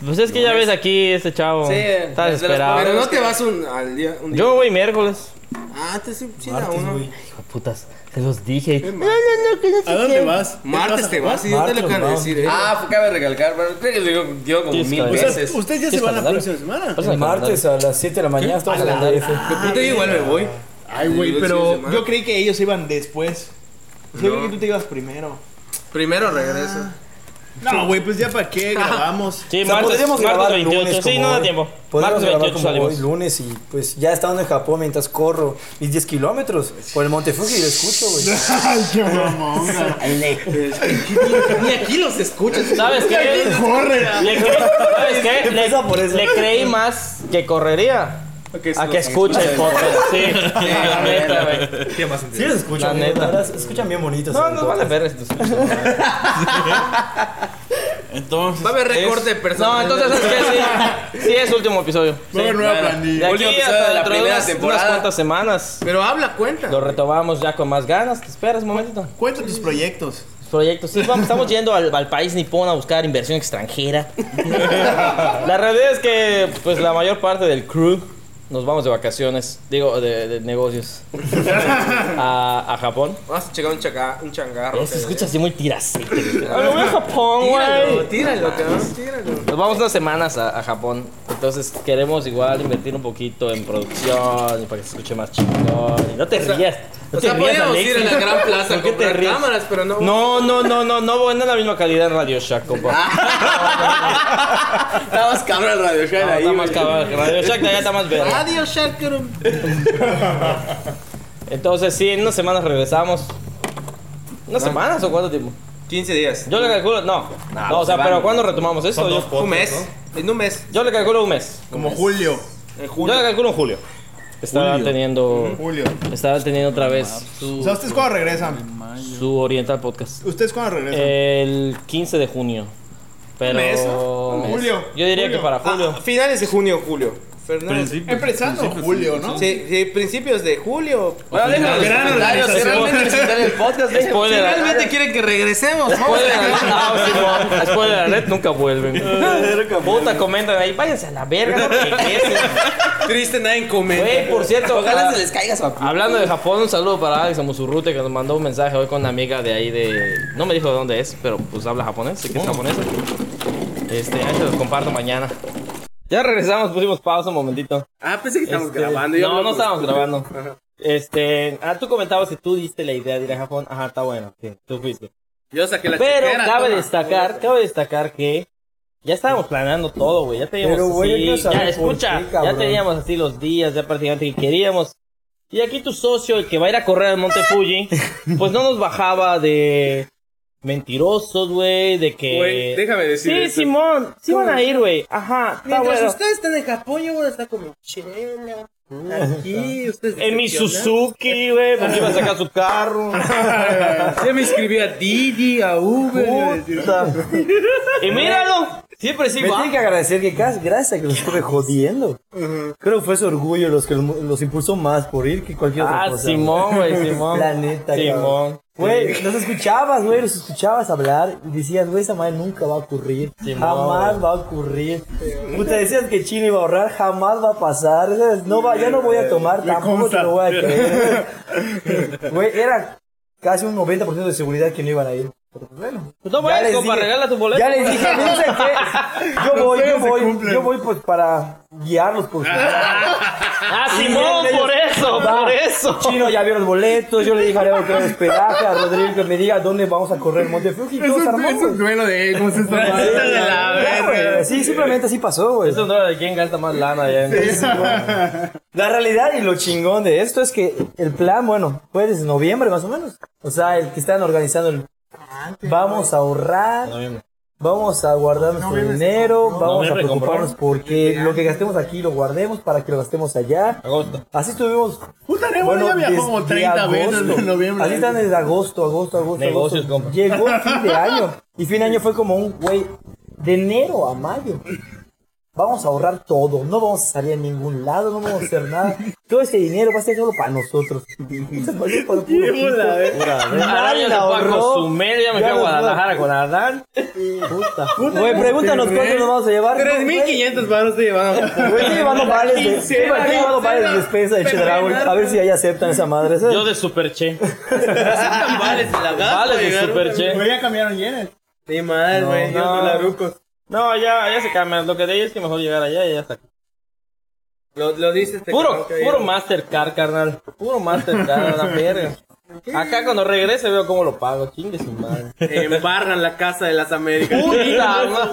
S1: Pues es que ya ves aquí este chavo.
S2: Sí,
S1: está
S2: desde las
S1: desesperado.
S4: Pero
S2: es
S4: no te
S2: que-
S4: vas un, al día, un día.
S1: Yo voy miércoles.
S4: Ah, te sí, sí, da uno.
S1: Hijo de putas, se los dije. No, no, no, que no
S5: ¿A
S1: sé
S5: dónde vas?
S4: Martes te vas y yo te
S7: Martes
S4: lo quiero
S7: nos
S4: decir, eh.
S2: Ah, pues cabe recalcar, bueno, creo que lo digo, digo como
S1: Tienes
S2: mil
S1: que-
S5: O sea,
S2: veces.
S5: Ustedes ya
S1: ¿Qué
S5: se
S1: es
S5: van la
S1: calendario?
S5: próxima semana.
S1: Pásame
S7: El
S1: el calendario.
S7: martes a las 7 de la mañana estamos en la DF.
S4: Yo igual me voy.
S5: Ay, güey,
S4: Sí,
S5: pero
S4: semana.
S5: yo creí que ellos iban después. Yo creí que tú te ibas primero.
S4: Primero regreso.
S5: No, güey, pues ya para qué grabamos.
S1: Sí,
S7: O sea,
S1: martes,
S7: podríamos
S1: martes
S7: grabar
S1: 28.
S7: lunes
S1: Sí,
S7: como
S1: no da
S7: hoy.
S1: tiempo.
S7: Podríamos
S1: Martes
S7: grabar
S1: 28
S7: como hoy,
S1: salimos.
S7: lunes y pues ya estando en Japón mientras corro mis 10 kilómetros por el Monte Fuji y lo escucho, güey.
S5: Ay, qué mamón.
S4: Ni aquí los escuchas.
S1: ¿Sabes qué? Le cre- ¿Sabes qué? Le,
S7: Empieza por eso.
S1: le creí más que correría a que escuche el podcast. Sí, la neta, güey.
S3: Tiene más sentido.
S7: Sí, los escucho.
S1: La
S7: güey,
S1: neta.
S7: verdad, se escuchan bien bonitos.
S1: No,
S7: en el
S1: no vale
S7: podcast.
S1: ver esto.
S8: Entonces.
S4: Va a haber recorte de
S1: No,
S4: personas.
S1: entonces es que sí. Sí, es último episodio. Sí.
S5: nueva
S1: De
S5: pandilla.
S1: aquí
S2: Último episodio
S1: hasta
S2: de la
S1: dentro de
S2: primera
S1: unas,
S2: temporada.
S1: unas cuantas semanas.
S4: Pero habla, cuenta.
S1: Lo retomamos ya con más ganas. Te esperas un momentito.
S5: Cuenta tus proyectos.
S1: proyectos. Sí, vamos, estamos yendo al, al país nipón a buscar inversión extranjera. la realidad es que, pues, la mayor parte del crew nos vamos de vacaciones, digo, de, de negocios, a, a Japón.
S4: Vamos a checar un, chaca, un changarro.
S1: Eh, Se
S4: pero-
S1: escucha así muy tiracete. Ah, me voy a Japón,
S4: Tíralo,
S1: güey.
S4: tíralo, cabrón. Tíralo.
S1: Nos vamos unas semanas a, a Japón. Entonces queremos igual invertir un poquito en producción y para que se escuche más chingón. Y No te rías. No
S4: O
S1: te
S4: sea,
S1: rías,
S4: podríamos ir a
S1: Alexis.
S4: la gran plaza a
S1: ¿Por qué te
S4: comprar
S1: ríes?
S4: cámaras, pero no.
S1: No, no, no, no, no, bueno, no es la misma calidad en Radio Shack, compa.
S2: Ah, Está más cabrón el Radio Shack
S1: Ah,
S2: ahí,
S1: está más
S2: güey. Ah.
S1: cabrón. Radio Shack ya está más verde.
S4: Radio Shack, cabrón.
S1: Entonces, sí, en unas semanas regresamos. ¿Unas
S2: Ah.
S1: semanas o cuánto tiempo?
S2: 15 días.
S1: Yo le calculo, no. No, o
S2: pues se
S1: sea,
S2: van.
S1: pero ¿cuándo retomamos esto? Yo,
S4: Un mes. En un mes.
S1: yo le calculo un mes.
S5: Como Julio.
S1: Yo le calculo en julio. Estaba
S8: Julio.
S1: teniendo.
S5: Julio.
S1: Estaba teniendo otra
S2: Ah,
S1: vez
S2: pues,
S5: O
S1: su,
S5: sea, ¿ustedes cuándo regresan?
S1: su Oriental Podcast.
S5: ¿Ustedes cuándo regresan?
S1: El 15 de junio. Pero.
S6: mes,
S5: Julio.
S1: Yo diría
S5: Julio.
S1: que para julio.
S10: Ah, finales de junio, julio. Fernández.
S5: Empezando julio, ¿no?
S10: Sí, sí, principios de julio.
S2: Bueno, dejen los
S5: Gran
S2: comentarios, si
S5: organización.
S2: realmente necesitan el podcast, dejen-
S1: Spoiler.
S2: si realmente
S1: alert.
S10: quieren que regresemos?
S1: Spoiler alert. No, sí, no. Spoiler alert, nunca vuelven. Puta, comentan ahí. Váyanse a la verga. no regresen.
S9: Triste, nadie comenta.
S1: Güey, por cierto.
S2: Ojalá
S1: ah,
S2: se les caiga su
S1: Hablando de Japón, un saludo para Alex Amusurrute que nos mandó un mensaje hoy con una amiga de ahí de. No me dijo de dónde es, pero pues habla japonés, sé que es japonesa. Este, ahí se los comparto mañana. Ya regresamos, pusimos pausa un momentito.
S9: Ah, pensé que estábamos
S1: Este,
S9: grabando.
S1: No, no estábamos grabando. Este, ah, tú comentabas que tú diste la idea de ir a Japón. Ajá, está bueno, sí, tú fuiste.
S9: Yo saqué la
S1: Pero
S9: chequera,
S1: cabe
S9: toma.
S1: destacar, cabe destacar que ya estábamos planeando todo, güey. Ya teníamos
S7: Pero, güey,
S1: así-
S7: yo no sabía
S1: ya
S7: por
S1: escucha,
S7: qué,
S1: ya
S7: cabrón.
S1: teníamos así los días, ya prácticamente que queríamos. Y aquí tu socio, el que va a ir a correr al Monte Fuji, pues no nos bajaba de mentirosos, güey, de que
S9: Güey, déjame decir
S1: Sí,
S9: esto.
S1: Simón, sí van a ir, güey. Ajá, está
S6: Mientras
S1: bueno.
S6: ustedes están en Japón, yo voy a estar como chela. Aquí, ustedes.
S1: En mi Suzuki, güey, porque iba a sacar su carro.
S10: Yo me inscribí a Didi, a Uber.
S1: Y míralo, siempre ah. sí
S7: Me
S1: va.
S7: tienen que agradecer que cas- gracias a que los estuve jodiendo. Creo que fue su orgullo los que los, los impulsó más por ir que cualquier otra
S1: Ah,
S7: cosa.
S1: Simón, güey, Simón.
S7: La neta,
S1: Simón.
S7: Güey, los escuchabas, güey, los escuchabas hablar y decías, güey, esa madre nunca va a ocurrir.
S1: Simón,
S7: jamás va a ocurrir. Puta, decías que China iba a ahorrar, jamás va a pasar. ¿sabes? No va, ya no voy a tomar, tampoco te lo voy a creer. Güey, era casi un 90% de seguridad que no iban a ir. Pero bueno.
S1: Pues No
S7: Ya les
S1: vayas, compa,
S7: dije-
S1: regala tu boleto.
S7: Ya les dije, piensen que yo voy, yo voy, yo voy pues para guiarlos por su
S1: Ah,
S7: Sí,
S1: Simón,
S7: ellos-
S1: por eso,
S7: Va.
S1: por eso.
S7: Chino ya vio los boletos, yo le dije a Leo que era el hospedaje, a Rodrigo que me diga dónde vamos a correr el Monte Fuji, y todo se armó, güey.
S4: duelo de egos esta madre.
S7: Ya, güey, Sí, simplemente así pasó, güey.
S1: Eso no era de quién gasta más lana ya.
S7: La realidad y lo chingón de esto es que el plan, bueno, fue desde noviembre más o menos. O sea, el que están organizando el... Vamos a ahorrar, vamos a guardar nuestro dinero, vamos a
S1: Noviembre
S7: preocuparnos
S1: compró.
S7: porque lo que gastemos aquí lo guardemos para que lo gastemos allá.
S1: Agosto.
S7: Así estuvimos.
S5: Puta, Nemo ya viajó como
S7: desde
S5: 30 veces
S7: agosto.
S5: en noviembre.
S7: Así están desde agosto, agosto, agosto.
S1: Negocios,
S7: agosto.
S1: compa.
S7: Llegó el fin de año. Y fin de año fue como un, güey, de enero a mayo. Vamos a ahorrar todo. No vamos a salir a ningún lado, no vamos a hacer nada. Todo ese dinero va a ser solo para nosotros. Se valió por puro pito. Pura vez.
S1: Ahora ya
S7: Nadie
S1: se fue a
S7: ahorró.
S1: Cozumel, ya me fui a
S7: nos fue.
S1: Guadalajara con Adán.
S7: Puta. Güey, pregúntanos cuánto nos vamos a llevar. No, güey.
S9: 3.500 baros te llevaban.
S7: Güey, estoy llevando vales de,
S9: Quincena,
S7: estoy llevando vales de despensa de Chedraui. A ver si ahí aceptan esa madre. ¿sabes?
S1: Yo de Superche.
S9: Vales de la gata.
S1: Vale, de Superche.
S5: Güey, ya cambiaron yenes.
S10: Ni mal, güey.
S1: no.
S10: Yo larucos.
S1: No, ya, ya se cambia. Lo que de ellos es que mejor llegar allá y ya está.
S10: Lo, lo este dices te
S1: Puro,
S10: conozco,
S1: puro
S10: yo.
S1: Mastercard, carnal. Puro Mastercard, la verga. Acá cuando regrese veo cómo lo pago. Chingue su madre.
S10: Embarran la casa de las Américas.
S1: Puta, ma-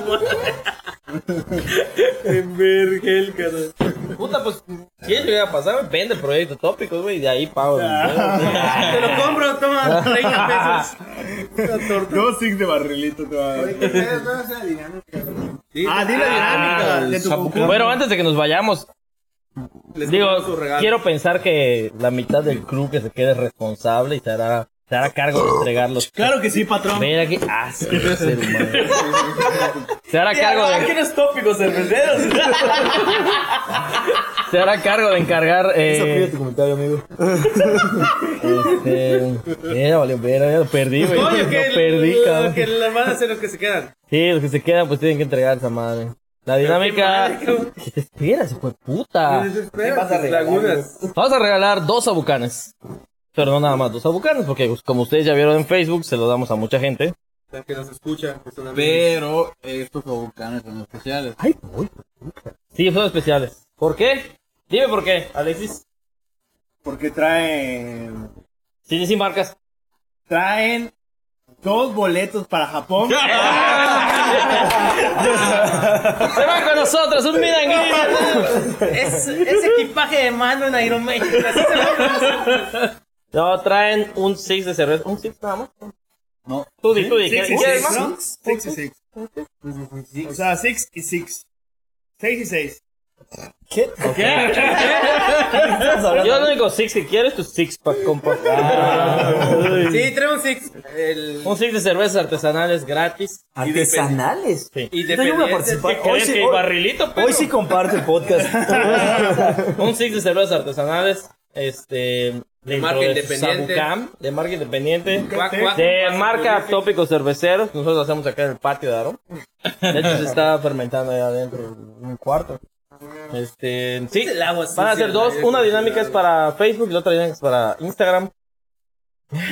S10: En vergel, cabrón.
S1: puta, pues, si eso llega a pasar, vende el proyecto tópico, güey, y de ahí pago. mis huevos, güey.
S10: Te lo compro, toma 30 pesos.
S5: Dos six de barrilito te va a dar. Ah, di la dinámica de tu concurso.
S1: Bueno, antes de que nos vayamos, digo, quiero pensar que la mitad del club que se quede es responsable y se hará, se hará cargo de entregarlos.
S5: Claro que sí, patrón.
S1: Ver aquí, asco de ser humano. Se hará cargo de.
S10: tópicos cerveceros?
S1: Se hará cargo de encargar.
S7: Eso
S1: Eh,
S7: pide tu comentario, amigo.
S1: este, ya valió verga, ya lo perdí, güey. Lo
S5: eh,
S1: perdí, cabrón.
S10: que las van a hacer los que se quedan.
S1: Sí, los que se quedan, pues tienen que entregar esa madre. La dinámica. ¿Qué te esperas, hijo de puta?
S10: ¿Qué pasa, Lagunas.
S1: Vamos a regalar dos abucanes. Pero no nada más dos abucanes, porque pues, como ustedes ya vieron en Facebook, se lo damos a mucha gente.
S10: Que nos escucha. que son amigos.
S8: Pero estos abocanes son especiales.
S1: Sí, son especiales. ¿Por qué? Dime por qué, Alexis.
S5: Porque traen.
S1: Sí, sí, sí, marcas.
S5: Traen dos boletos para Japón.
S1: Se van con nosotros, un miranguillo.
S10: Es, es equipaje de mano en Aeroméxico. así se llama.
S1: No, traen un six de cerveza. ¿Un six nada más?
S8: No.
S1: Tú di, tú di.
S5: Six
S1: ¿qué-
S5: y
S1: quieres
S5: six,
S1: más?
S5: ¿no? Six y six. O sea, six y six. Seis y seis.
S7: ¿Qué?
S1: Yo lo único six que quiero es tu six pack, compa.
S10: Sí, trae un six. El...
S1: Un six de cervezas artesanales gratis.
S7: Artesanales.
S1: Sí.
S10: Y
S7: Entonces yo voy a
S10: depende.
S7: participar.
S1: ¿Qué
S7: Hoy
S1: crees
S7: sí,
S1: que
S7: hoy-
S1: barrilito,
S7: hoy sí comparto el podcast.
S1: un six de cervezas artesanales, este, de
S10: marca independiente.
S1: de marca independiente,
S10: Guac, guac.
S1: de marca Tópicos Cerveceros, que nosotros hacemos acá en el patio de Aarón. De hecho se está fermentando ahí adentro, en el cuarto. Este, sí,
S10: El agua
S1: van a
S10: sucia,
S1: ser dos,
S10: el aire
S1: una dinámica es para Facebook y la otra dinámica es para Instagram.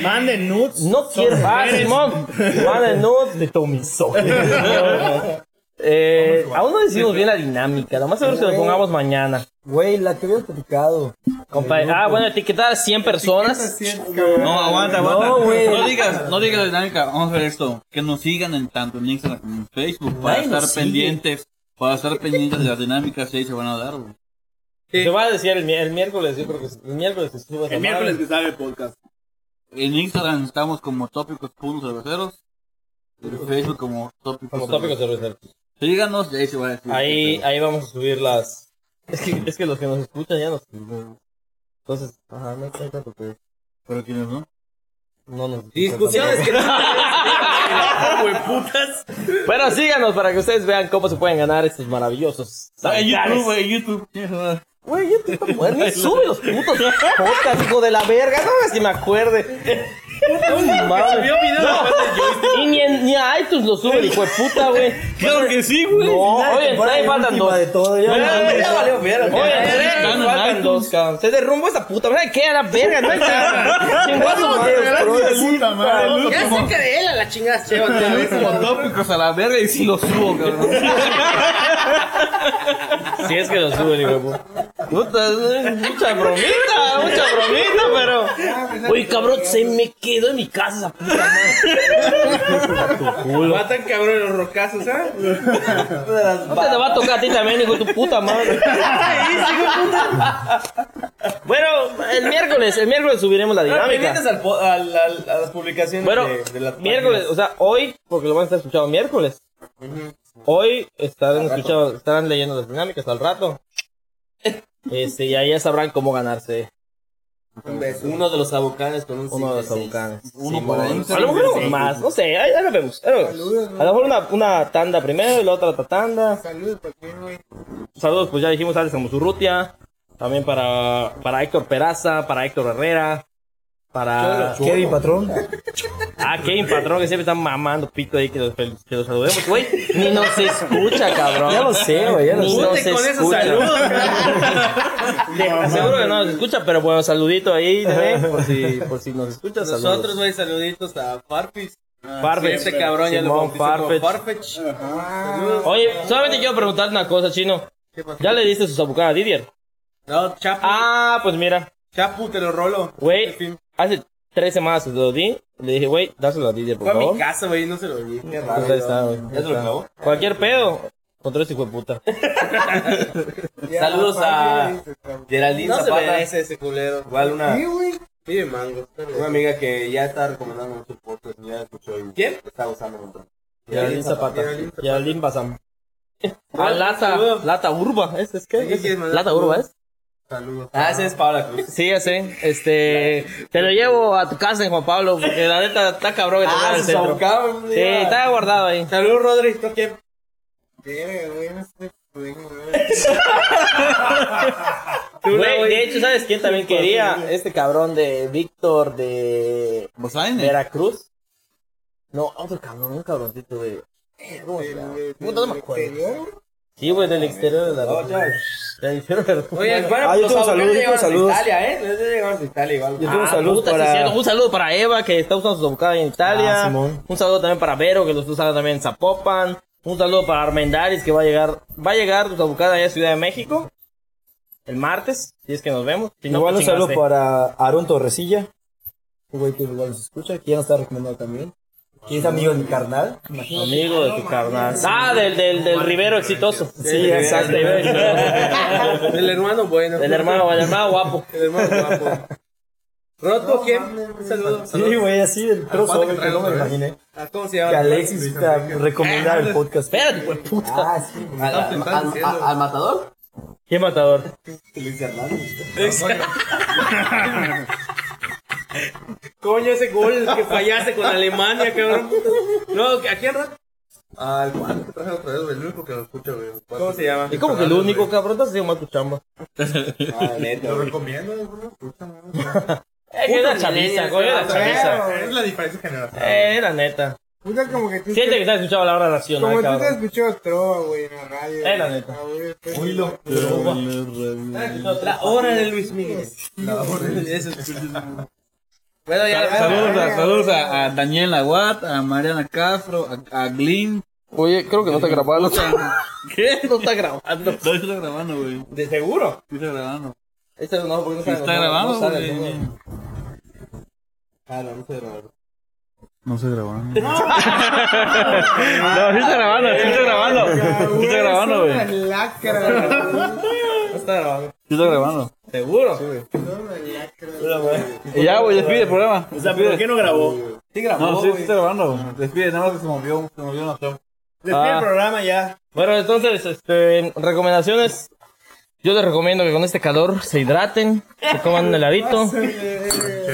S11: Manden nudes.
S1: No quiero. Ah,
S11: mujeres.
S1: Simón. Manda nudes de Tommy Eh, aún no decidimos bien la dinámica. Lo más seguro es que lo pongamos mañana.
S7: Güey, la que habías platicado.
S1: Compa- ah, bueno, etiquetar a 100 personas.
S8: No, aguanta, aguanta.
S7: No, güey.
S8: No digas, no digas dinámica. Vamos a ver esto. Que nos sigan en tanto en Instagram como en Facebook para
S7: Nadie
S8: estar
S7: nos sigue.
S8: pendientes. Para estar pendientes de las dinámicas que ahí se van a dar, güey.
S1: Se va a decir el, mi- el miércoles, yo creo que es- el miércoles se sube. esa
S5: El miércoles
S1: madre.
S5: que sale el podcast.
S8: En Instagram estamos como tópicos puntos cerveceros. En Facebook como tópicos.
S1: Como tópico cervecero.
S8: Síganos y ahí se va a decir.
S1: Ahí, ahí vamos a subir las. Es que, es que los que nos escuchan ya nos. Entonces, ajá, no hay tanto que
S8: Pero quienes no.
S1: no nos.
S10: Discusiones que
S1: Bueno, síganos para que ustedes vean cómo se pueden ganar estos maravillosos.
S8: Ah, en YouTube,
S1: sanitares.
S8: güey, YouTube.
S1: Güey, yo te Ni sube los putos podcasts, hijo de la verga. No, si me acuerde. No, mames. No. Y ni, en- ni a iTunes lo sube, el hijo de puta, güey.
S8: Claro que sí, güey.
S1: No, oye, en
S7: Temporada
S1: Stray faltan
S7: última
S1: dos.
S7: de todo, ya.
S1: Ya, ya valió verga. Oye, en Stray
S8: Están en
S1: faltan
S8: iTunes.
S1: dos, cabrón. Se derrumbó esa puta. ¿Sabes qué? A la verga, no hay nada. Chingó a su madre.
S11: Puta madre.
S10: Ya saca de él a la chingada, che, otra vez.
S8: Como tópicos a la verga y si lo subo, cabrón.
S1: Si es que lo suben, hijo de puta. Puta, es mucha bromita, mucha bromita, pero. Uy, cabrón, se me quedó en mi casa esa puta
S9: Matan cabrón los rocazos, ¿ah?
S1: No te va a tocar a ti también, hijo de tu puta madre. bueno, el miércoles, el miércoles subiremos la dinámica.
S9: Ah, al po- al- al- a las publicaciones
S1: Bueno,
S9: de, de las
S1: miércoles, o sea, hoy, porque lo van a estar escuchando miércoles. Hoy estarán, escuchando, estarán leyendo las dinámicas al rato. Este, y ahí ya sabrán cómo ganarse
S10: Uno de los abocanes con un
S1: uno de los abocanes.
S8: Uno para
S1: A lo
S8: Instagram.
S1: mejor uno más, no sé, ahí, ahí lo vemos. ahí lo vemos. A lo mejor una, una tanda primero y la otra otra tanda.
S6: Saludos, ¿por qué no hay?
S1: Saludos, pues ya dijimos antes a Musurrutia. También para, para Héctor Peraza, para Héctor Herrera, para
S7: Kevin Patrón.
S1: ah, Kevin Patrón, que siempre están mamando pito ahí, que los, fel- que los saludemos. Güey, ni nos escucha, cabrón.
S7: Ya lo sé, güey, ya lo
S1: Ni
S7: sé.
S1: nos escucha. Te aseguro que no nos escucha, pero bueno, saludito ahí, ¿eh? por si, por si nos escuchas, saludos.
S10: Nosotros, güey, saluditos a Farfis.
S1: Farfetch.
S10: Este cabrón ya lo
S1: Simón
S10: bautizó como
S1: Farfetch.
S10: Farfetch.
S1: Oye, solamente quiero preguntarte una cosa, Chino. ¿Ya le diste su sabucada a Didier?
S10: No, Chapu.
S1: Ah, pues mira.
S10: Chapu, te lo rolo.
S1: Güey, hace tres semanas se lo di. Le dije, güey, dáselo a Didier, por
S10: Fue a
S1: favor.
S10: mi casa, güey, no se lo di. Qué
S1: Pues
S10: raro.
S1: ahí está, güey.
S10: ¿Ya se lo clavó?
S1: Cualquier pedo. Contra ese hijo de puta.
S10: Saludos a Geraldine
S9: No se
S10: Zapata.
S9: merece ese culero. Igual una. Pide mango. Una amiga que ya está recomendando su podcast. Ya escuchó y. ¿Quién? Está usando un montón.
S1: Geraldine Zapata. Geraldine Bazán. Ah, lata, lata urba, ¿es, es qué?
S9: Sí, sí, es verdad.
S1: lata urba, ¿es?
S9: Saludos.
S10: Ah, ese es Paula Cruz.
S1: Sí, ya sé. Este, te lo llevo a tu casa, Juan Pablo, porque la neta está cabrón que te ah, el centro. Sí, está guardado ahí.
S10: Saludos, Rodri. ¿Tú quién?
S1: Güey, de hecho, ¿sabes quién también quería? Este cabrón de Víctor de
S8: Bosaine.
S1: Veracruz. No, ah, otro cabrón, un cabroncito de. Eh, ¿cómo se llama? Puta, no me acuerdo. Sí, güey, del exterior de la Del exterior de la
S10: Oye, bueno,
S7: Oh, Ah, yo
S10: los
S7: tengo
S10: abocanes
S7: saludos, yo tengo
S10: llegaron hasta
S7: saludos.
S10: Italia, ¿eh? Nosotros llegamos a Italia igual.
S7: Yo tengo
S1: Ah,
S7: salud
S1: puta, sí,
S7: para.
S1: cierto. Un saludo para Eva, que está usando su bocada en Italia.
S7: Ah, Simón.
S1: un saludo también para Vero, que lo está usando también en Zapopan. Un saludo para Armendaris, que va a llegar, va a llegar su bocada allá a Ciudad de México. El martes, si es que nos vemos. Si no,
S7: Igual un
S1: pues,
S7: saludo
S1: chingaste.
S7: para Aaron Torrecilla. Un güey que igual nos escucha, que ya nos está recomendando también. Que es amigo de mi carnal.
S1: Amigo de tu carnal. Ah, del, del, del Rivero exitoso.
S7: Sí, exacto.
S1: Del Rivero exitoso.
S9: El hermano bueno.
S1: Del hermano, del hermano guapo.
S9: El hermano guapo. Roto, ¿quién? Saludos.
S7: Sí, güey, así del trozo,
S9: que
S7: güey,
S9: traigo
S7: no me
S9: otra
S7: imaginé.
S9: Ah, ¿Cómo se
S7: Que
S9: llama?
S7: Alexis está recomendar el podcast.
S1: Espérate, güey, puta.
S7: Ah, sí.
S10: ¿Al, al- al matador?
S1: ¿Qué matador?
S11: Luis Hernández.
S10: Coño, ese gol que fallaste con Alemania, cabrón. No, ¿a quién rato?
S3: Ah, el Juan que traje otra vez, güey. El único que lo escucha, güey.
S7: ah,
S1: ¿Cómo se llama? Es como que el único, cabrón. Te has sido más tu chamba.
S3: Ah, neta. Lo recomiendo, güey. Escúchame, güey.
S1: Era chaviza, coño, era chaviza.
S3: Es la diferencia generacional.
S1: Eh, Era neta.
S6: Puta, como que tú.
S1: Siente que estás escuchado la hora
S6: Como
S1: nacional,
S6: tú te
S1: cabrón.
S6: escuchó Trova, güey, en la radio.
S1: Eh, la
S6: güey.
S1: neta.
S6: Ah, güey, pues.
S10: La hora de Luis Miguel. Bueno, ya
S8: Saludos, a, saludos a, a Daniel Aguat, a Mariana Castro, a, a Glyn.
S1: Oye, creo que no está grabando.
S8: ¿Qué?
S1: No está grabando.
S8: No, sí está grabando, güey.
S1: ¿De seguro?
S8: Sí está grabando.
S1: Este no, porque no
S8: Sí
S1: está,
S8: está
S1: grabado,
S8: grabando,
S1: no
S8: güey.
S1: sale, no.
S3: Ah, no, no se grabó.
S8: No se grabando.
S1: No, sí está grabando, sí está grabando. Sí está grabando, güey.
S6: Una lacra, güey.
S1: No está grabando.
S8: Sí está grabando.
S1: ¿Seguro?
S6: Una lacra.
S8: Y ya, güey, despide el programa.
S11: O sea, ¿por qué no grabó?
S1: Sí
S8: No,
S1: grabó,
S8: sí, sí
S1: güey.
S8: está grabando. güey. Despide, nada más que se movió, se movió una chamba.
S11: Despide
S1: Ah.
S11: el programa ya.
S1: Bueno, entonces, este, recomendaciones. Yo les recomiendo que con este calor se hidraten, se coman un heladito,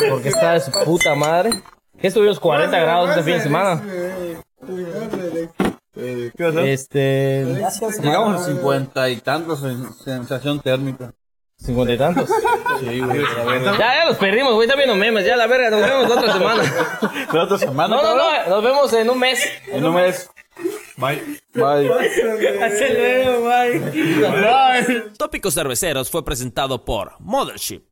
S1: porque está de su puta madre. Que estuvimos 40 grados este fin de semana.
S8: ¿Qué vas a hacer?
S1: Este,
S8: Llegamos a 50 y tantos en sensación térmica.
S1: 50 y tantos.
S8: Sí, güey.
S1: Ya, ya los perdimos, güey, también los memes, ya la verga, nos vemos la otra semana.
S8: La otra semana.
S1: No, no,
S8: cabrón.
S1: no, nos vemos en un mes.
S8: En un mes.
S3: Bye.
S8: Bye.
S10: Hasta luego, bye.
S12: Tópicos Cerveceros fue presentado por Mothership.